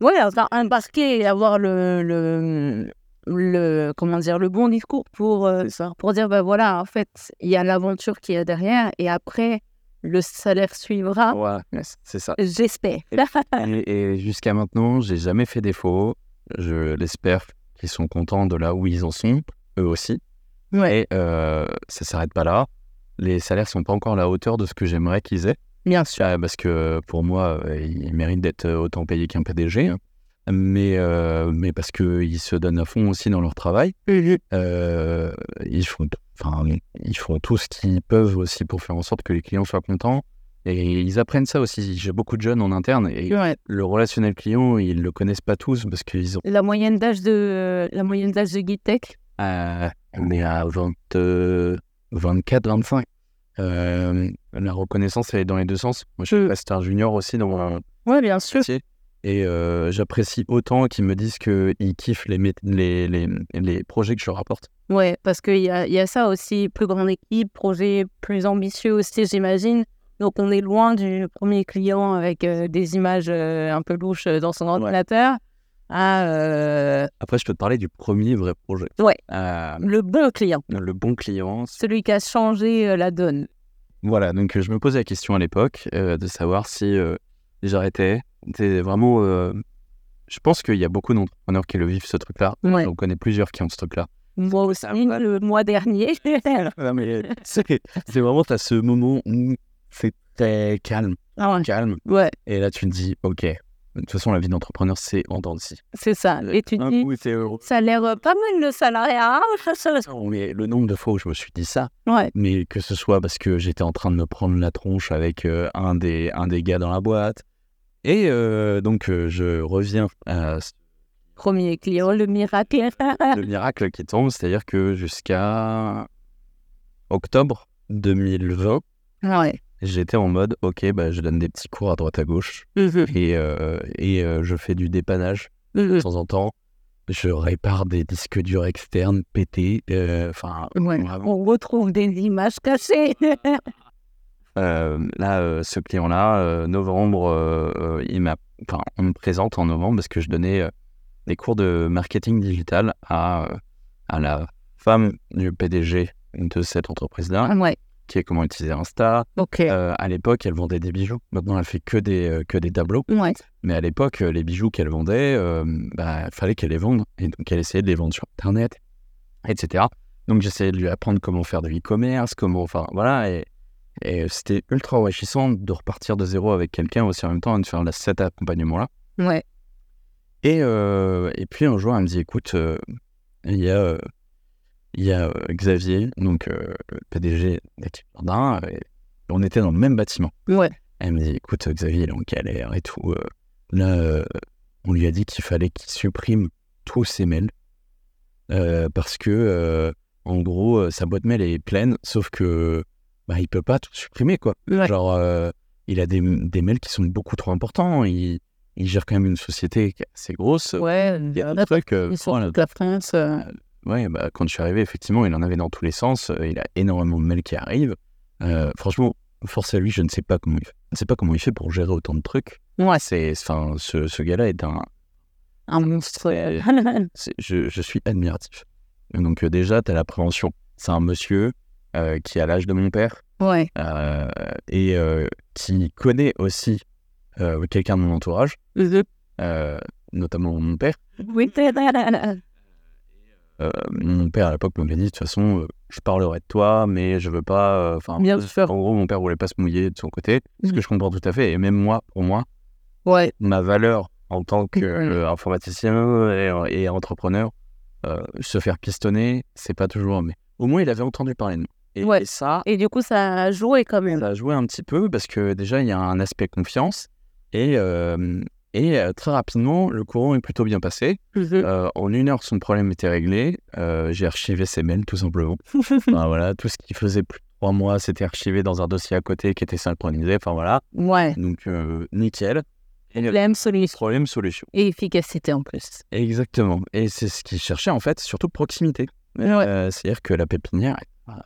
[SPEAKER 2] Ouais, avoir un basquet et avoir le, le, le, comment dire, le bon discours pour, euh, pour dire, bah voilà, en fait, il y a l'aventure qui est derrière et après, le salaire suivra,
[SPEAKER 3] voilà, c'est ça.
[SPEAKER 2] j'espère.
[SPEAKER 3] Et, et jusqu'à maintenant, j'ai jamais fait défaut. Je l'espère qu'ils sont contents de là où ils en sont, eux aussi.
[SPEAKER 2] Ouais.
[SPEAKER 3] Et euh, ça s'arrête pas là. Les salaires sont pas encore à la hauteur de ce que j'aimerais qu'ils aient.
[SPEAKER 2] Bien sûr.
[SPEAKER 3] Ah, Parce que pour moi, euh, ils méritent d'être autant payés qu'un PDG. hein. Mais, euh, mais parce qu'ils se donnent à fond aussi dans leur travail.
[SPEAKER 2] Mmh
[SPEAKER 3] Euh, ils, font, enfin, ils font tout ce qu'ils peuvent aussi pour faire en sorte que les clients soient contents. Et ils apprennent ça aussi. J'ai beaucoup de jeunes en interne et
[SPEAKER 2] Ouais.
[SPEAKER 3] le relationnel client, ils le connaissent pas tous parce qu'ils ont.
[SPEAKER 2] (laughs) La moyenne d'âge de, la moyenne d'âge de GuideTech,
[SPEAKER 3] Euh, on est à 20, euh, 24, 25. Euh, la reconnaissance, elle est dans les deux sens. Moi, je suis
[SPEAKER 2] Mm.
[SPEAKER 3] pasteur junior aussi dans mon
[SPEAKER 2] ouais, bien sûr.
[SPEAKER 3] métier. Et euh, j'apprécie autant qu'ils me disent qu'ils kiffent les, mé- les, les, les projets que je leur apporte.
[SPEAKER 2] Ouais, parce qu'il y a, il y a ça aussi, plus grande équipe, projet plus ambitieux aussi, j'imagine. Donc, on est loin du premier client avec euh, des images euh, un peu louches euh, dans son ordinateur à euh,
[SPEAKER 3] Après, je peux te parler du premier vrai projet.
[SPEAKER 2] Ouais.
[SPEAKER 3] Euh,
[SPEAKER 2] le bon client,
[SPEAKER 3] le bon client.
[SPEAKER 2] celui qui a changé euh, la donne.
[SPEAKER 3] Voilà, donc euh, je me posais la question à l'époque euh, de savoir si euh, j'arrêtais. C'était vraiment. euh, je pense qu'il y a beaucoup d'entrepreneurs qui le vivent, ce truc-là.
[SPEAKER 2] Ouais. Ah,
[SPEAKER 3] On connaît plusieurs qui ont ce truc-là.
[SPEAKER 2] Moi aussi, le mois dernier.
[SPEAKER 3] Ah Non, mais c'est (laughs) c'est vraiment, tu ce moment où c'est très calme,
[SPEAKER 2] (laughs) Ah ouais.
[SPEAKER 3] calme.
[SPEAKER 2] ouais,
[SPEAKER 3] Et là, tu te dis, OK, de toute façon, la vie d'entrepreneur, c'est en dents de scie.
[SPEAKER 2] c'est ça. Et tu te
[SPEAKER 3] Un
[SPEAKER 2] dis,
[SPEAKER 3] coup, t'es heureux.
[SPEAKER 2] ça a l'air euh, pas mal le salariat. (laughs)
[SPEAKER 3] Non, mais le nombre de fois où je me suis dit ça,
[SPEAKER 2] ouais,
[SPEAKER 3] mais que ce soit parce que j'étais en train de me prendre la tronche avec euh, un, des, un des gars dans la boîte. Et euh, donc, euh, je reviens à ce-
[SPEAKER 2] premier client, le miracle.
[SPEAKER 3] le miracle qui tombe, c'est-à-dire que jusqu'à octobre 2020,
[SPEAKER 2] ouais.
[SPEAKER 3] j'étais en mode, ok, bah, je donne des petits cours à droite à gauche et, euh, et euh, je fais du dépannage de temps en temps. Je répare des disques durs externes pétés. euh, Enfin,
[SPEAKER 2] Ouais.
[SPEAKER 3] vraiment.
[SPEAKER 2] On retrouve des images cachées.
[SPEAKER 3] Euh, là, euh, ce client-là, euh, novembre, euh, euh, il m'a, enfin, on me présente en novembre parce que je donnais euh, des cours de marketing digital à, euh, à la femme du PDG de cette entreprise-là,
[SPEAKER 2] (laughs) ouais,
[SPEAKER 3] qui est comment utiliser Insta.
[SPEAKER 2] Ah. ok.
[SPEAKER 3] Euh, à l'époque, elle vendait des bijoux. Maintenant, elle fait que des, euh, que des tableaux.
[SPEAKER 2] ouais,
[SPEAKER 3] Mais à l'époque, euh, les bijoux qu'elle vendait, euh, bah, fallait qu'elle les vende. Et donc, elle essayait de les vendre sur Internet, etc. Donc, j'essayais de lui apprendre comment faire de l'e-commerce, comment. Enfin, voilà. Et, et euh, c'était ultra enrichissant de repartir de zéro avec quelqu'un aussi en même temps et de faire la- cet accompagnement-là.
[SPEAKER 2] ouais,
[SPEAKER 3] Et, euh, et puis, un jour, elle me dit écoute, euh, il y a. euh, il y a euh, Xavier, donc euh, le PDG d'Active Jardin, et on était dans le même bâtiment.
[SPEAKER 2] ouais,
[SPEAKER 3] Elle me dit, écoute, Xavier, il est en galère et tout. euh, là, euh, on lui a dit qu'il fallait qu'il supprime tous ses mails euh, parce que, euh, en gros, euh, sa boîte mail est pleine, sauf que bah, il peut pas tout supprimer, quoi.
[SPEAKER 2] Ouais.
[SPEAKER 3] Genre, euh, il a des, des mails qui sont beaucoup trop importants. Il, il gère quand même une société qui est assez grosse.
[SPEAKER 2] ouais.
[SPEAKER 3] euh, Il y a
[SPEAKER 2] la-
[SPEAKER 3] un truc. euh,
[SPEAKER 2] ils sont
[SPEAKER 3] voilà.
[SPEAKER 2] toute la France. euh,
[SPEAKER 3] Ouais, bah, quand je suis arrivé, effectivement, il en avait dans tous les sens. euh, Il a énormément de mails qui arrivent. Euh, franchement, force à lui, je ne sais pas comment il fait. Je ne sais pas comment il fait pour gérer autant de trucs.
[SPEAKER 2] Ouais.
[SPEAKER 3] C'est, enfin, ce, ce gars-là est un.
[SPEAKER 2] un monstre. euh,
[SPEAKER 3] c'est- je, je suis admiratif. Donc, euh, déjà, tu as l'appréhension. C'est un monsieur euh, qui a l'âge de mon père
[SPEAKER 2] (laughs) ouais,
[SPEAKER 3] euh, et euh, qui connaît aussi euh, quelqu'un de mon entourage,
[SPEAKER 2] oui.
[SPEAKER 3] euh, notamment mon père.
[SPEAKER 2] (laughs) Ouais,
[SPEAKER 3] Euh, mon père à l'époque m'avait dit de toute façon euh, je parlerai de toi mais je veux pas euh, enfin
[SPEAKER 2] Bien sûr.
[SPEAKER 3] en gros mon père voulait pas se mouiller de son côté ce
[SPEAKER 2] Mhm.
[SPEAKER 3] que je comprends tout à fait et même moi pour moi ma valeur en tant qu'informaticien et, et entrepreneur euh, se faire pistonner c'est pas toujours mais au moins il avait entendu parler de nous et,
[SPEAKER 2] Ouais.
[SPEAKER 3] et ça
[SPEAKER 2] Et du coup, ça a joué quand même.
[SPEAKER 3] ça a joué un petit peu parce que déjà il y a un aspect confiance et euh, Et euh, très rapidement, le courant est plutôt bien passé. Euh, en une heure, son problème était réglé. Euh, j'ai archivé ses mails, tout simplement. Enfin, voilà, tout ce qui faisait plus de trois mois, c'était archivé dans un dossier à côté qui était synchronisé. Enfin voilà.
[SPEAKER 2] (laughs) ouais.
[SPEAKER 3] Donc, euh, nickel. Et le
[SPEAKER 2] Problème, solution
[SPEAKER 3] problème, solution.
[SPEAKER 2] et efficacité en plus.
[SPEAKER 3] Exactement. Et c'est ce qu'il cherchait, en fait, surtout proximité. Euh, C'est-à-dire que la pépinière est à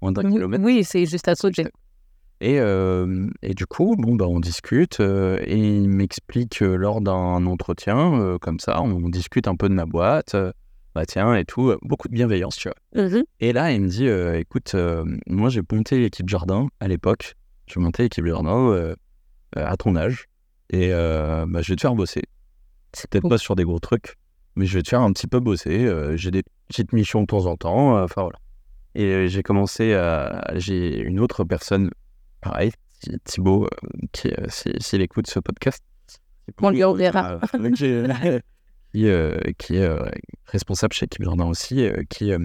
[SPEAKER 3] moins d'un kilomètre.
[SPEAKER 2] Oui, c'est juste à sauter.
[SPEAKER 3] Et, euh, et du coup, bon, bah, on discute euh, et il m'explique euh, lors d'un entretien, euh, comme ça, on discute un peu de ma boîte, euh, bah tiens, et tout, euh, beaucoup de bienveillance, tu vois. Et là, il me dit, euh, écoute, euh, moi j'ai monté l'équipe jardin à l'époque, je montais l'équipe jardin euh, euh, à ton âge, et euh, bah, je vais te faire bosser.
[SPEAKER 2] C'est
[SPEAKER 3] Peut-être
[SPEAKER 2] cool.
[SPEAKER 3] pas sur des gros trucs, mais je vais te faire un petit peu bosser. euh, j'ai des petites missions de temps en temps. euh, Enfin voilà. Et euh, j'ai commencé à. J'ai une autre personne, pareil, Thi- Thibaut, euh, qui, euh, si- s'il écoute ce podcast,
[SPEAKER 2] On lui enverra.
[SPEAKER 3] euh, (laughs) j'ai- qui, euh, qui est euh, responsable chez Équipe Jardin aussi, euh, qui, euh,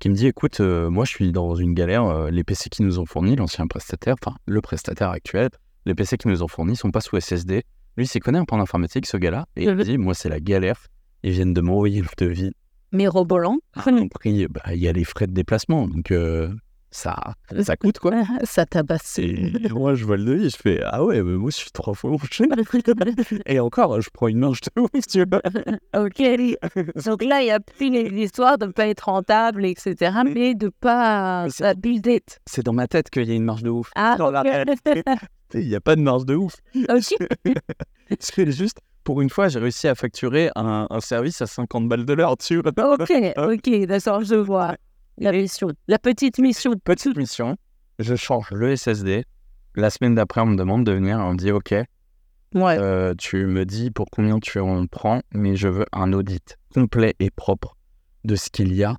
[SPEAKER 3] qui me dit écoute, euh, moi je suis dans une galère, euh, les PC qui nous ont fournis, l'ancien prestataire, enfin le prestataire actuel, les PC qui nous ont fournis sont pas sous SSD. Lui, il s'y connaît un peu en informatique, ce gars-là, et il me
[SPEAKER 2] Mhm.
[SPEAKER 3] dit moi c'est la galère, ils viennent de m'envoyer le devis.
[SPEAKER 2] Mais robolant,
[SPEAKER 3] Ah, en prix, bah, il y a les frais de déplacement, donc euh, ça, ça coûte quoi.
[SPEAKER 2] (laughs) ça tabasse.
[SPEAKER 3] Et moi, je vois le devis, je fais Ah ouais, mais moi, je suis trois fois mon chien. Et encore, je prends une marge de ouf, tu vois. (laughs)
[SPEAKER 2] Ok. Donc là, il n'y a plus les- l'histoire de ne pas être rentable, etc., mais de ne pas
[SPEAKER 3] Mm. Mais c'est-
[SPEAKER 2] euh, build it.
[SPEAKER 3] C'est dans ma tête qu'il y a une marge de ouf.
[SPEAKER 2] Ah,
[SPEAKER 3] Dans la réalité, Il n'y a pas de marge de ouf.
[SPEAKER 2] (laughs) ok.
[SPEAKER 3] C'est juste, pour une fois, j'ai réussi à facturer un, un service à 50 balles de l'heure, tu vois. (laughs)
[SPEAKER 2] Ok, ok, d'accord, je vois. La mission, la petite mission.
[SPEAKER 3] Petite mission, je change le SSD. La semaine d'après, on me demande de venir, on me dit Ok,
[SPEAKER 2] Ouais.
[SPEAKER 3] Euh, tu me dis pour combien tu en prends, mais je veux un audit complet et propre de ce qu'il y a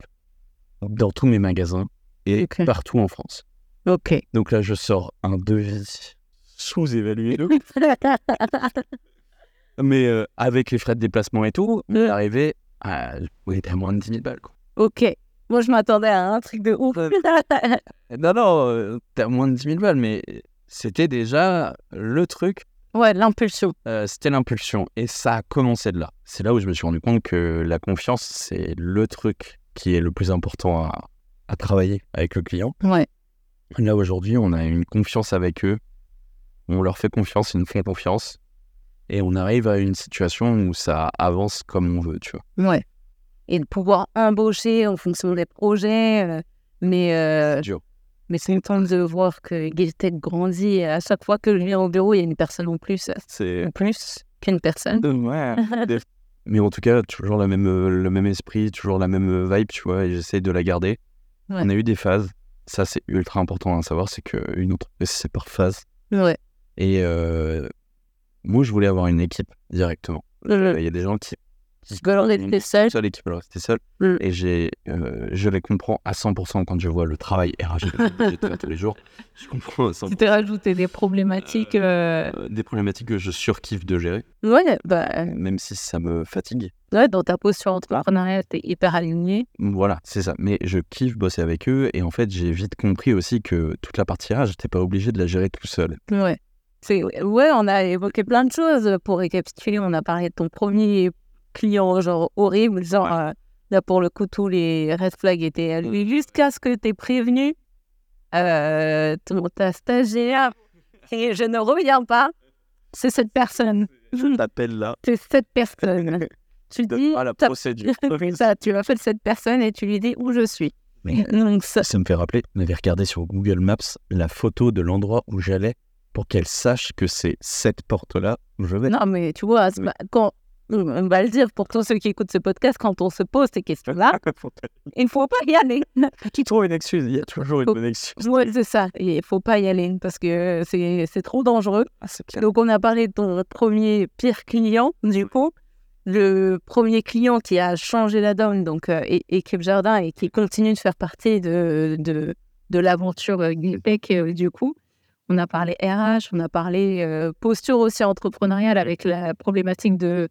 [SPEAKER 3] dans tous mes magasins et
[SPEAKER 2] Ok.
[SPEAKER 3] partout en France.
[SPEAKER 2] Ok. (laughs)
[SPEAKER 3] Donc là, je sors un devis sous-évalué, mais euh, avec les frais de déplacement et tout,
[SPEAKER 2] Ouais.
[SPEAKER 3] arrivé à, oui, à moins de 10 000 balles. quoi.
[SPEAKER 2] ok. Moi, je m'attendais à un truc de ouf.
[SPEAKER 3] Non, non, euh, t'as moins de 10 000 balles, mais c'était déjà le truc
[SPEAKER 2] (laughs) ouais, l'impulsion.
[SPEAKER 3] Euh, c'était l'impulsion. Et ça a commencé de là. C'est là où je me suis rendu compte que la confiance, c'est le truc qui est le plus important à, à travailler avec le client.
[SPEAKER 2] Ouais.
[SPEAKER 3] Là, aujourd'hui, on a une confiance avec eux. On leur fait confiance, ils nous font confiance. Et on arrive à une situation où ça avance comme on veut, tu vois.
[SPEAKER 2] Ouais. Et de pouvoir embaucher en fonction des projets. euh, mais euh,
[SPEAKER 3] C'est dur.
[SPEAKER 2] mais c'est une tente de voir que Giltech grandit. et à chaque fois que je viens au bureau, il y a une personne en plus.
[SPEAKER 3] C'est...
[SPEAKER 2] En plus qu'une personne. (laughs)
[SPEAKER 3] Des- Mais en tout cas, toujours la même, euh, le même esprit, toujours la même euh, vibe, tu vois, et j'essaie de la garder.
[SPEAKER 2] Ouais.
[SPEAKER 3] On a eu des phases. Ça, c'est ultra important à savoir, c'est qu'une entreprise, c'est par phase.
[SPEAKER 2] ouais.
[SPEAKER 3] Et euh, moi, je voulais avoir une équipe directement. Euh, Il y a des gens qui
[SPEAKER 2] Je peux leur rester seul.
[SPEAKER 3] seule et qui veulent rester seuls.
[SPEAKER 2] Mm.
[SPEAKER 3] Et j'ai, euh, je les comprends à 100% quand je vois le travail RH que j'ai fait tous les jours. Je comprends à 100%
[SPEAKER 2] Tu t'es rajouté des problématiques. euh,
[SPEAKER 3] euh, des problématiques que je surkiffe de gérer,
[SPEAKER 2] Ouais, bah,
[SPEAKER 3] même si ça me fatigue.
[SPEAKER 2] ouais, dans ta posture entrepreneuriale, t'es hyper aligné.
[SPEAKER 3] Voilà, c'est ça. Mais je kiffe bosser avec eux et en fait, j'ai vite compris aussi que toute la partie RH, j'étais pas obligé de la gérer tout seul.
[SPEAKER 2] Ouais. C'est, ouais, on a évoqué plein de choses. Pour récapituler, on a parlé de ton premier client, genre horrible, genre euh, là pour le coup, tous les red flags étaient à lui jusqu'à ce que tu es prévenu. Euh, ton, ta stagiaire, et je ne reviens pas, c'est cette (laughs) personne.
[SPEAKER 3] (laughs) T'appelles là,
[SPEAKER 2] C'est cette (laughs) personne. Tu dis, t'as- (laughs)
[SPEAKER 3] procédure.
[SPEAKER 2] Mmh, ça, tu l'appelles cette personne et tu lui dis où je suis. (laughs) Donc ça,
[SPEAKER 3] Ça me fait rappeler, on avait regardé sur Google Maps la photo de l'endroit où j'allais pour qu'elle sache que c'est cette porte-là où je (laughs) vais.
[SPEAKER 2] Non, mais tu vois, c'est
[SPEAKER 3] Oui.
[SPEAKER 2] pas- quand, on va le dire pour tous ceux qui écoutent ce podcast, quand on se pose ces (laughs) questions-là, il ne faut pas y aller. (laughs)
[SPEAKER 3] Tu trouves une excuse, il y a toujours une
[SPEAKER 2] Oh.
[SPEAKER 3] bonne excuse.
[SPEAKER 2] Ouais, c'est ça, il ne faut pas y aller parce que c'est c'est trop dangereux. Donc, on a parlé de ton premier pire client, du coup. Le premier client qui a changé la donne, donc euh, é- Équipe Jardin, et qui continue de faire partie de, de, de l'aventure euh, Guilpec, euh, du coup. On a parlé RH, on a parlé euh, posture aussi entrepreneuriale avec la problématique de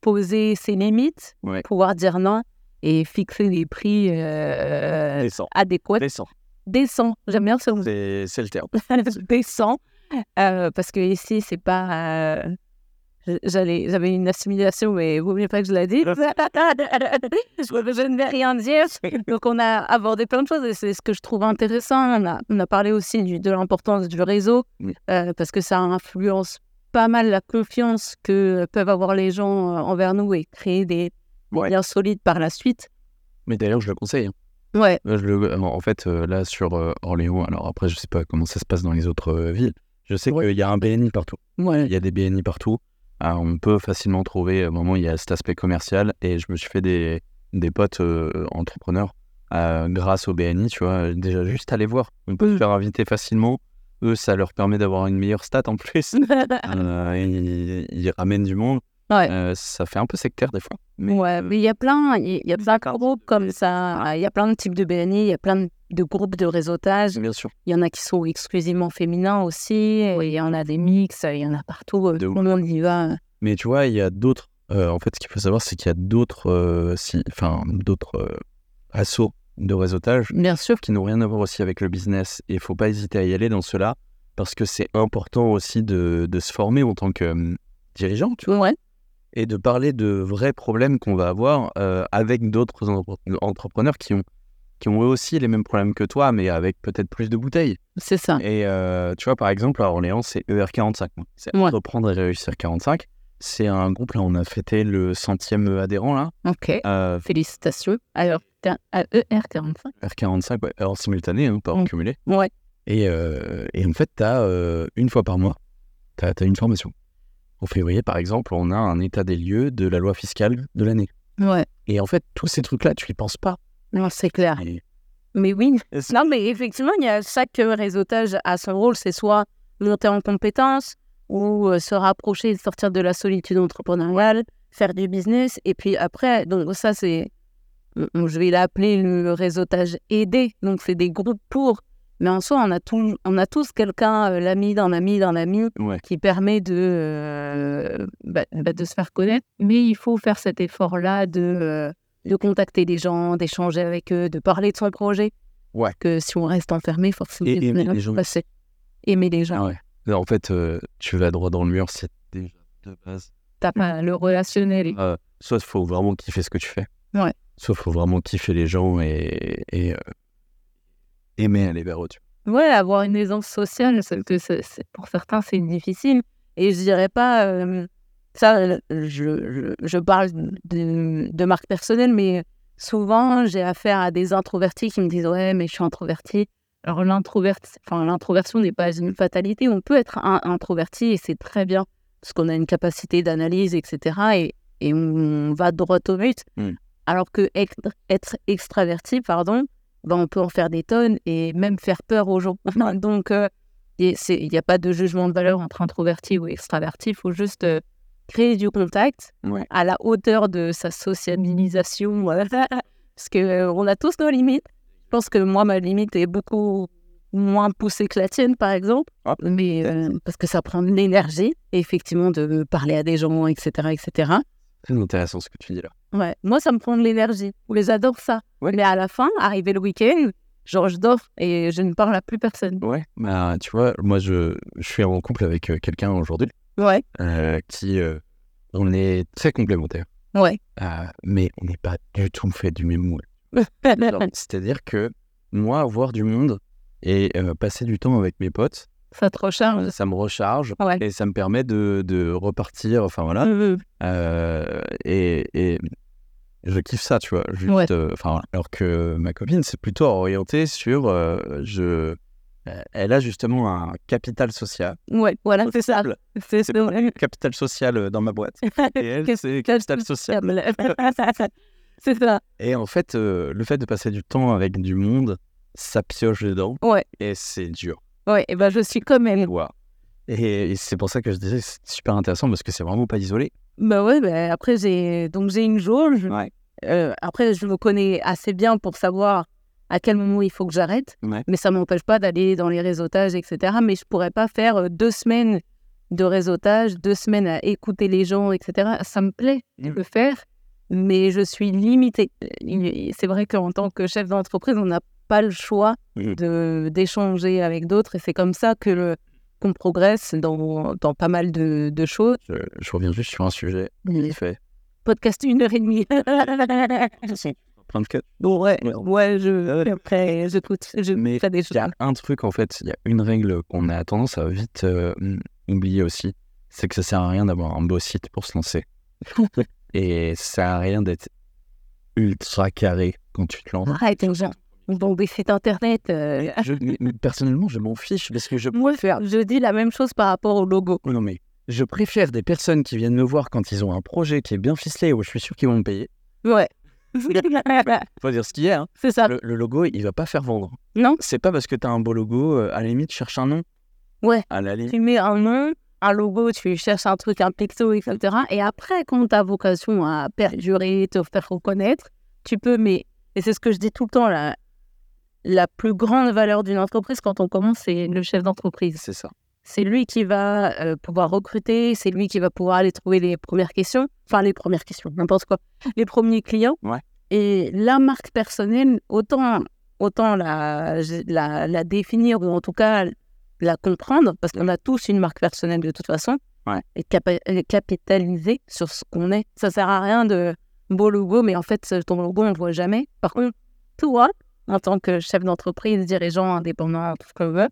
[SPEAKER 2] poser ses limites,
[SPEAKER 3] Ouais.
[SPEAKER 2] pouvoir dire non et fixer les prix euh,
[SPEAKER 3] Descends,
[SPEAKER 2] adéquats.
[SPEAKER 3] descends.
[SPEAKER 2] Décent, j'aime bien ce mot (laughs)
[SPEAKER 3] C'est c'est le terme.
[SPEAKER 2] descend euh, parce que ici c'est pas euh, J'allais, j'avais une assimilation, mais vous voulez pas que (laughs) je la dise Je ne vais rien
[SPEAKER 3] (laughs)
[SPEAKER 2] dire. Donc, on a abordé plein de choses et c'est ce que je trouve intéressant. On a, on a parlé aussi du, de l'importance du réseau euh, parce que ça influence pas mal la confiance que peuvent avoir les gens euh, envers nous et créer des
[SPEAKER 3] Ouais.
[SPEAKER 2] liens solides par la suite.
[SPEAKER 3] Mais d'ailleurs, je le conseille. hein.
[SPEAKER 2] Ouais, (laughs)
[SPEAKER 3] Moi, je le- en- en fait, euh, là, sur euh, Orléans, alors après, je sais pas comment ça se passe dans les autres euh, villes. Je sais
[SPEAKER 2] Ouais.
[SPEAKER 3] qu'il y a un BNI partout.
[SPEAKER 2] ouais,
[SPEAKER 3] Il y a des BNI partout. Ah, on peut facilement trouver, à un moment, il y a cet aspect commercial. Et je me suis fait des, des potes euh, entrepreneurs euh, grâce au BNI, tu vois. Déjà, juste aller voir. On peut
[SPEAKER 2] Mm.
[SPEAKER 3] se faire inviter facilement. Eux, ça leur permet d'avoir une meilleure stat
[SPEAKER 2] (laughs)
[SPEAKER 3] en plus. Euh, ils, ils ramènent du monde.
[SPEAKER 2] Ouais.
[SPEAKER 3] Euh, ça fait un peu sectaire des fois. Mais, euh,
[SPEAKER 2] Ouais, mais il y a plein, il y a plein de groupes comme ça. euh, Il y a plein de types de BNI, il y a plein de- de groupes de réseautage.
[SPEAKER 3] Bien sûr.
[SPEAKER 2] Il y en a qui sont exclusivement féminins aussi. et Il y en a des mix, il y en a partout. euh,
[SPEAKER 3] De
[SPEAKER 2] Tout
[SPEAKER 3] ouf.
[SPEAKER 2] le monde y va.
[SPEAKER 3] Mais tu vois, il y a d'autres. euh, en fait, ce qu'il faut savoir, c'est qu'il y a d'autres euh, si- enfin, d'autres euh, assauts de réseautage
[SPEAKER 2] Bien sûr.
[SPEAKER 3] qui n'ont rien à voir aussi avec le business. Et il faut pas hésiter à y aller dans cela parce que c'est important aussi de, de se former en tant que euh, dirigeant tu vois,
[SPEAKER 2] Ouais.
[SPEAKER 3] et de parler de vrais problèmes qu'on va avoir euh, avec d'autres entre- entrepreneurs qui ont, qui ont eux aussi les mêmes problèmes que toi, mais avec peut-être plus de bouteilles.
[SPEAKER 2] C'est ça.
[SPEAKER 3] Et euh, tu vois, par exemple, à Orléans, c'est ER45. moi. C'est
[SPEAKER 2] Ouais.
[SPEAKER 3] Entreprendre et réussir 45. C'est un groupe, là, on a fêté le centième adhérent, là.
[SPEAKER 2] Ok.
[SPEAKER 3] Euh,
[SPEAKER 2] Félicitations. Alors, t'as E un ER45.
[SPEAKER 3] ER45, E ouais, en simultané, hein, pas en
[SPEAKER 2] Mm.
[SPEAKER 3] cumulé.
[SPEAKER 2] Ouais.
[SPEAKER 3] Et, euh, et en fait, tu as une fois par mois, tu as, une formation. En février, par exemple, on a un état des lieux de la loi fiscale de l'année.
[SPEAKER 2] Ouais.
[SPEAKER 3] Et en fait, tous ces trucs-là, tu y penses pas.
[SPEAKER 2] Non, c'est clair.
[SPEAKER 3] Et-
[SPEAKER 2] Mais oui.
[SPEAKER 3] Est-ce-
[SPEAKER 2] Non, mais effectivement, il y a chaque euh, réseautage a son rôle. C'est soit monter en compétences ou euh, se rapprocher, sortir de la solitude entrepreneuriale, faire du business. Et puis après, donc ça, c'est, on- on- je vais l'appeler le réseautage aidé. Donc, c'est des groupes pour. Mais en soi, on a, tout, on a tous quelqu'un, euh, l'ami dans l'ami dans l'ami,
[SPEAKER 3] Ouais.
[SPEAKER 2] qui permet de, euh, bah, bah, de se faire connaître. Mais il faut faire cet effort-là de, euh, de contacter les gens, d'échanger avec eux, de parler de son projet.
[SPEAKER 3] Ouais.
[SPEAKER 2] Que si on reste enfermé, forcément,
[SPEAKER 3] Et
[SPEAKER 2] on
[SPEAKER 3] aimer
[SPEAKER 2] est
[SPEAKER 3] les gens.
[SPEAKER 2] passé. Aimer les gens.
[SPEAKER 3] Ah ouais. Là, En fait, euh, tu vas droit dans le mur, c'est déjà de base.
[SPEAKER 2] T'as pas le relationnel.
[SPEAKER 3] Euh, soit il faut vraiment kiffer ce que tu fais.
[SPEAKER 2] Ouais.
[SPEAKER 3] Soit il faut vraiment kiffer les gens et, et, euh, aimer aller vers eux. tu
[SPEAKER 2] Ouais, avoir une aisance sociale, c'est que c'est- c'est- pour certains, c'est difficile. Et je dirais pas. euh, ça, euh, je, je, je parle de, de marque personnelle, mais souvent, j'ai affaire à des introvertis qui me disent Ouais, mais je suis introverti. Alors, l'introverti, enfin, l'introversion n'est pas une fatalité. On peut être un- introverti et c'est très bien, parce qu'on a une capacité d'analyse, etc. Et, et on va droit au but.
[SPEAKER 3] Mm.
[SPEAKER 2] Alors que être, être extraverti, pardon, ben, on peut en faire des tonnes et même faire peur aux gens. (laughs) Donc, euh, et c'est- il n'y a pas de jugement de valeur entre introverti ou extraverti. Il faut juste euh, créer du contact
[SPEAKER 3] Ouais.
[SPEAKER 2] à la hauteur de sa sociabilisation. (laughs) Parce que euh, on a tous nos limites. Je pense que moi, ma limite est beaucoup moins poussée que la tienne, par exemple.
[SPEAKER 3] Ah.
[SPEAKER 2] Mais euh, parce que ça prend de l'énergie, effectivement, de parler à des gens, etc., etc.
[SPEAKER 3] vois. Très intéressant ce que tu dis là.
[SPEAKER 2] Ouais, moi, ça me prend de l'énergie. J'adore ça.
[SPEAKER 3] Ouais.
[SPEAKER 2] Mais à la fin, arrivé le week-end, genre, je dors et je ne parle à plus personne.
[SPEAKER 3] Ouais. Bah, tu vois, moi, je, je suis en couple avec euh, quelqu'un aujourd'hui
[SPEAKER 2] Ouais,
[SPEAKER 3] euh, qui. euh, on est très complémentaires,
[SPEAKER 2] ouais.
[SPEAKER 3] euh, mais on n'est pas du tout fait du même moule. Alors, C'est-à-dire que moi, voir du monde et euh, passer du temps avec mes potes,
[SPEAKER 2] (laughs) ça te recharge.
[SPEAKER 3] ça me recharge
[SPEAKER 2] Ouais.
[SPEAKER 3] et ça me permet de, de repartir. Enfin voilà,
[SPEAKER 2] Euh,
[SPEAKER 3] Euh, et, et je kiffe ça, tu vois. Juste,
[SPEAKER 2] Ouais.
[SPEAKER 3] euh, enfin, alors que ma copine, c'est plutôt orienté sur. euh, je, euh, elle a justement un capital social.
[SPEAKER 2] ouais, voilà, c'est ça. C'est ça.
[SPEAKER 3] C'est
[SPEAKER 2] (laughs)
[SPEAKER 3] Capital social euh, dans ma boîte. Et elle, c'est capital social.
[SPEAKER 2] (laughs) C'est ça.
[SPEAKER 3] Et en fait, euh, le fait de passer du temps avec du monde, ça pioche dedans.
[SPEAKER 2] Ouais.
[SPEAKER 3] Et c'est dur.
[SPEAKER 2] Ouais, et ben je suis comme elle.
[SPEAKER 3] Waouh. Et, et c'est pour ça que je disais que c'est super intéressant parce que c'est vraiment pas isolé.
[SPEAKER 2] Bah ouais, bah après j'ai donc j'ai une jauge.
[SPEAKER 3] Ouais.
[SPEAKER 2] Euh, après je me connais assez bien pour savoir à quel moment il faut que j'arrête.
[SPEAKER 3] Ouais.
[SPEAKER 2] Mais ça m'empêche pas d'aller dans les réseautages, etc. Mais je pourrais pas faire euh, deux semaines de réseautage, deux semaines à écouter les gens, etc. Ça me plaît de
[SPEAKER 3] Mm.
[SPEAKER 2] le faire, mais je suis limitée. Il- C'est vrai qu'en tant que chef d'entreprise, on n'a pas le choix
[SPEAKER 3] Mm.
[SPEAKER 2] de d'échanger avec d'autres et c'est comme ça que le qu'on progresse dans, dans pas mal de, de choses.
[SPEAKER 3] Je, je reviens juste sur un sujet. Il fait
[SPEAKER 2] Podcast une heure et demie.
[SPEAKER 3] plein de cas.
[SPEAKER 2] bon, (laughs) ouais,
[SPEAKER 3] Ouais.
[SPEAKER 2] ouais, je, euh, après, je, coûte, je
[SPEAKER 3] Mais
[SPEAKER 2] fais des
[SPEAKER 3] Il
[SPEAKER 2] choses.
[SPEAKER 3] y a un truc, en fait, il y a une règle qu'on a tendance à vite euh, oublier aussi, c'est que ça sert à rien d'avoir un beau site pour
[SPEAKER 2] (laughs)
[SPEAKER 3] se lancer. Et ça sert à rien d'être ultra carré quand tu te lances.
[SPEAKER 2] Arrête, les gens. Bon, des sites internet. euh,
[SPEAKER 3] Je- mais- mais personnellement, je m'en fiche parce que je
[SPEAKER 2] (laughs) Moi, je dis la même chose par rapport au logo.
[SPEAKER 3] Oh Non mais je préfère des personnes qui viennent me voir quand ils ont un projet qui est bien ficelé où je suis sûr qu'ils vont me payer.
[SPEAKER 2] Ouais. (laughs)
[SPEAKER 3] Faut dire ce qu'il y a. hein.
[SPEAKER 2] C'est ça.
[SPEAKER 3] Le, le logo, il va pas faire vendre.
[SPEAKER 2] Ah. Non.
[SPEAKER 3] C'est pas parce que t'as un beau logo, euh, à la limite, cherche un nom.
[SPEAKER 2] Ouais.
[SPEAKER 3] À la limite.
[SPEAKER 2] Tu mets un nom, un logo, tu cherches un truc, un pixel, etc. Et après, quand ta vocation à perdurer, te faire reconnaître, tu peux, mais, et c'est ce que je dis tout le temps, la, la plus grande valeur d'une entreprise quand on commence, c'est le chef d'entreprise.
[SPEAKER 3] C'est ça.
[SPEAKER 2] C'est lui qui va euh, pouvoir recruter, c'est lui qui va pouvoir aller trouver les premières questions, enfin les premières questions, n'importe quoi, les premiers clients.
[SPEAKER 3] Ouais.
[SPEAKER 2] Et la marque personnelle, autant, autant la, la, la définir ou en tout cas la comprendre, parce qu'on a tous une marque personnelle de toute façon,
[SPEAKER 3] Ouais.
[SPEAKER 2] et capa- et capitaliser sur ce qu'on est. Ça sert à rien de beau logo, mais en fait, ton logo, on ne le voit jamais. Par contre, toi, en tant que chef d'entreprise, dirigeant, indépendant, tout ce qu'on veut,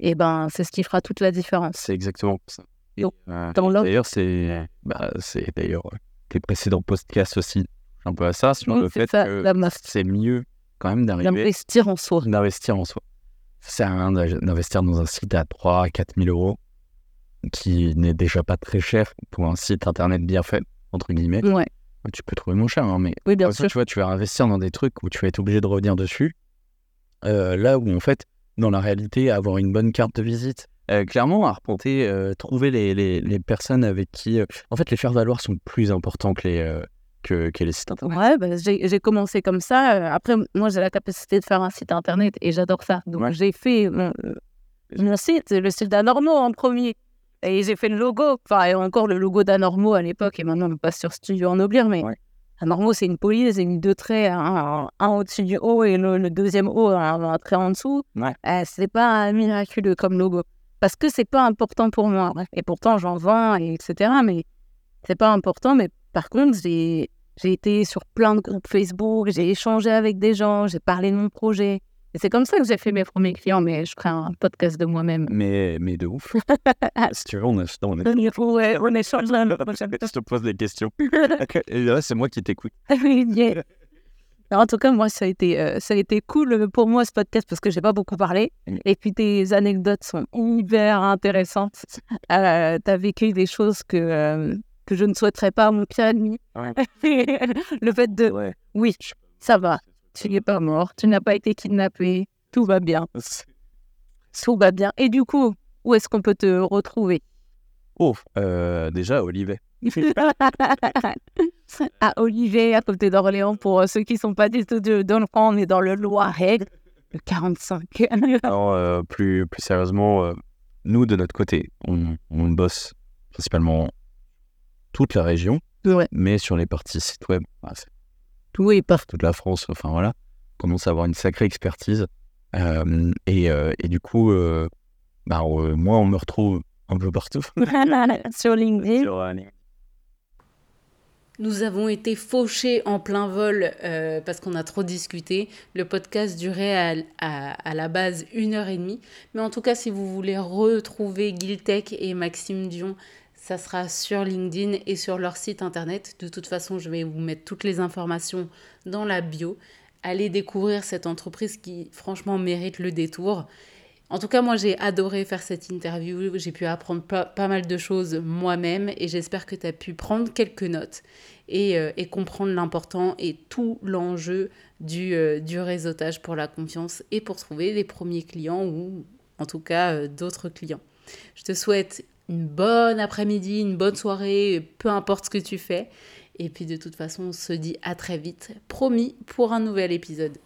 [SPEAKER 2] et ben, c'est ce qui fera toute la différence.
[SPEAKER 3] C'est exactement ça. Et,
[SPEAKER 2] Donc,
[SPEAKER 3] euh,
[SPEAKER 2] Dans l'autre,
[SPEAKER 3] D'ailleurs, c'est bah, c'est d'ailleurs euh, tes précédents podcasts aussi un peu à ça sur
[SPEAKER 2] Oui,
[SPEAKER 3] le
[SPEAKER 2] c'est
[SPEAKER 3] fait
[SPEAKER 2] ça,
[SPEAKER 3] que
[SPEAKER 2] la marque.
[SPEAKER 3] c'est mieux quand même d'arriver
[SPEAKER 2] l'investir en soi.
[SPEAKER 3] d'investir en soi. Ça sert à rien d'ag- d'investir dans un site à 3 à 4 000 euros qui n'est déjà pas très cher pour un site internet bien fait, entre guillemets.
[SPEAKER 2] Ouais.
[SPEAKER 3] Tu peux trouver moins cher, hein, mais
[SPEAKER 2] Oui, bien
[SPEAKER 3] comme ça,
[SPEAKER 2] sûr.
[SPEAKER 3] tu vois, tu vas investir dans des trucs où tu vas être obligé de revenir dessus. Euh, là où, en fait, dans la réalité, avoir une bonne carte de visite, euh, clairement, arpenter, euh, trouver les, les- les personnes avec qui. euh, en fait, les faire valoir sont plus importants que les, euh, que, que les sites internet.
[SPEAKER 2] Ouais, ben, j'ai j'ai commencé comme ça. Euh, Après, moi, j'ai la capacité de faire un site internet et j'adore ça. Donc,
[SPEAKER 3] Ouais.
[SPEAKER 2] j'ai fait mon, mon site, le site d'Anormaux en premier. Et j'ai fait le logo, enfin, et encore le logo d'Anormaux à l'époque. Et maintenant, on passe sur Studio en oblier, mais
[SPEAKER 3] Ouais.
[SPEAKER 2] Anormaux, c'est une police, c'est une deux traits, un, un au-dessus du haut et le, le deuxième haut, un, un trait en dessous.
[SPEAKER 3] Ouais.
[SPEAKER 2] Euh, c'est pas miraculeux comme logo. Parce que c'est pas important pour moi. Et pourtant, j'en vends, et etc. Mais c'est pas important. Mais par contre, j'ai j'ai été sur plein de groupes Facebook, j'ai échangé avec des gens, j'ai parlé de mon projet. Et c'est comme ça que j'ai fait mes premiers clients, mais je crée un podcast de moi-même.
[SPEAKER 3] Mais, mais
[SPEAKER 2] (laughs)
[SPEAKER 3] de ouf. si tu veux, on, a- on a-
[SPEAKER 2] Ouais, on échange là.
[SPEAKER 3] (laughs) je te pose
[SPEAKER 2] (laughs)
[SPEAKER 3] des questions. Et là, c'est moi qui t'écoute.
[SPEAKER 2] Yeah. En tout cas, moi, ça a été, euh, ça a été cool pour moi ce podcast parce que j'ai pas beaucoup parlé.
[SPEAKER 3] Mm.
[SPEAKER 2] Et puis tes anecdotes sont hyper intéressantes. Euh, T'as vécu des choses que, euh, que je ne souhaiterais pas à mon pire ennemi.
[SPEAKER 3] Ouais.
[SPEAKER 2] (laughs) Le fait de
[SPEAKER 3] Ouais.
[SPEAKER 2] oui, ça va, tu n'es pas mort, tu n'as pas été kidnappé, tout va
[SPEAKER 3] (laughs)
[SPEAKER 2] bien. Tout va bien. Et du coup, où est-ce qu'on peut te retrouver
[SPEAKER 3] Oh, euh, déjà, Olivet.
[SPEAKER 2] (laughs) À Olivier, à côté d'Orléans, pour euh, ceux qui ne sont pas du tout de- dans le coin, on est dans le Loiret, le 45.
[SPEAKER 3] Alors, euh, plus, plus sérieusement, euh, nous, de notre côté, on, on bosse principalement toute la région,
[SPEAKER 2] ouais.
[SPEAKER 3] mais sur les parties site web, bah, c'est
[SPEAKER 2] Tout est partout.
[SPEAKER 3] toute la France, enfin voilà, on commence à avoir une sacrée expertise. Euh, et, euh, et du coup, euh, bah, euh, moi, on me retrouve un peu partout.
[SPEAKER 2] (laughs) Sur LinkedIn.
[SPEAKER 3] Sur, euh,
[SPEAKER 1] Nous avons été fauchés en plein vol euh, parce qu'on a trop discuté. Le podcast durait à, à- à la base une heure et demie. Mais en tout cas, si vous voulez retrouver Guiltech et Maxime Dion, ça sera sur LinkedIn et sur leur site internet. De toute façon, je vais vous mettre toutes les informations dans la bio. Allez découvrir cette entreprise qui, franchement, mérite le détour. En tout cas, moi, j'ai adoré faire cette interview. J'ai pu apprendre pas, pas mal de choses moi-même et j'espère que tu as pu prendre quelques notes et, euh, et comprendre l'important et tout l'enjeu du, euh, du réseautage pour la confiance et pour trouver les premiers clients ou en tout cas euh, d'autres clients. Je te souhaite une bonne après-midi, une bonne soirée, peu importe ce que tu fais. Et puis de toute façon, on se dit à très vite, promis, pour un nouvel épisode.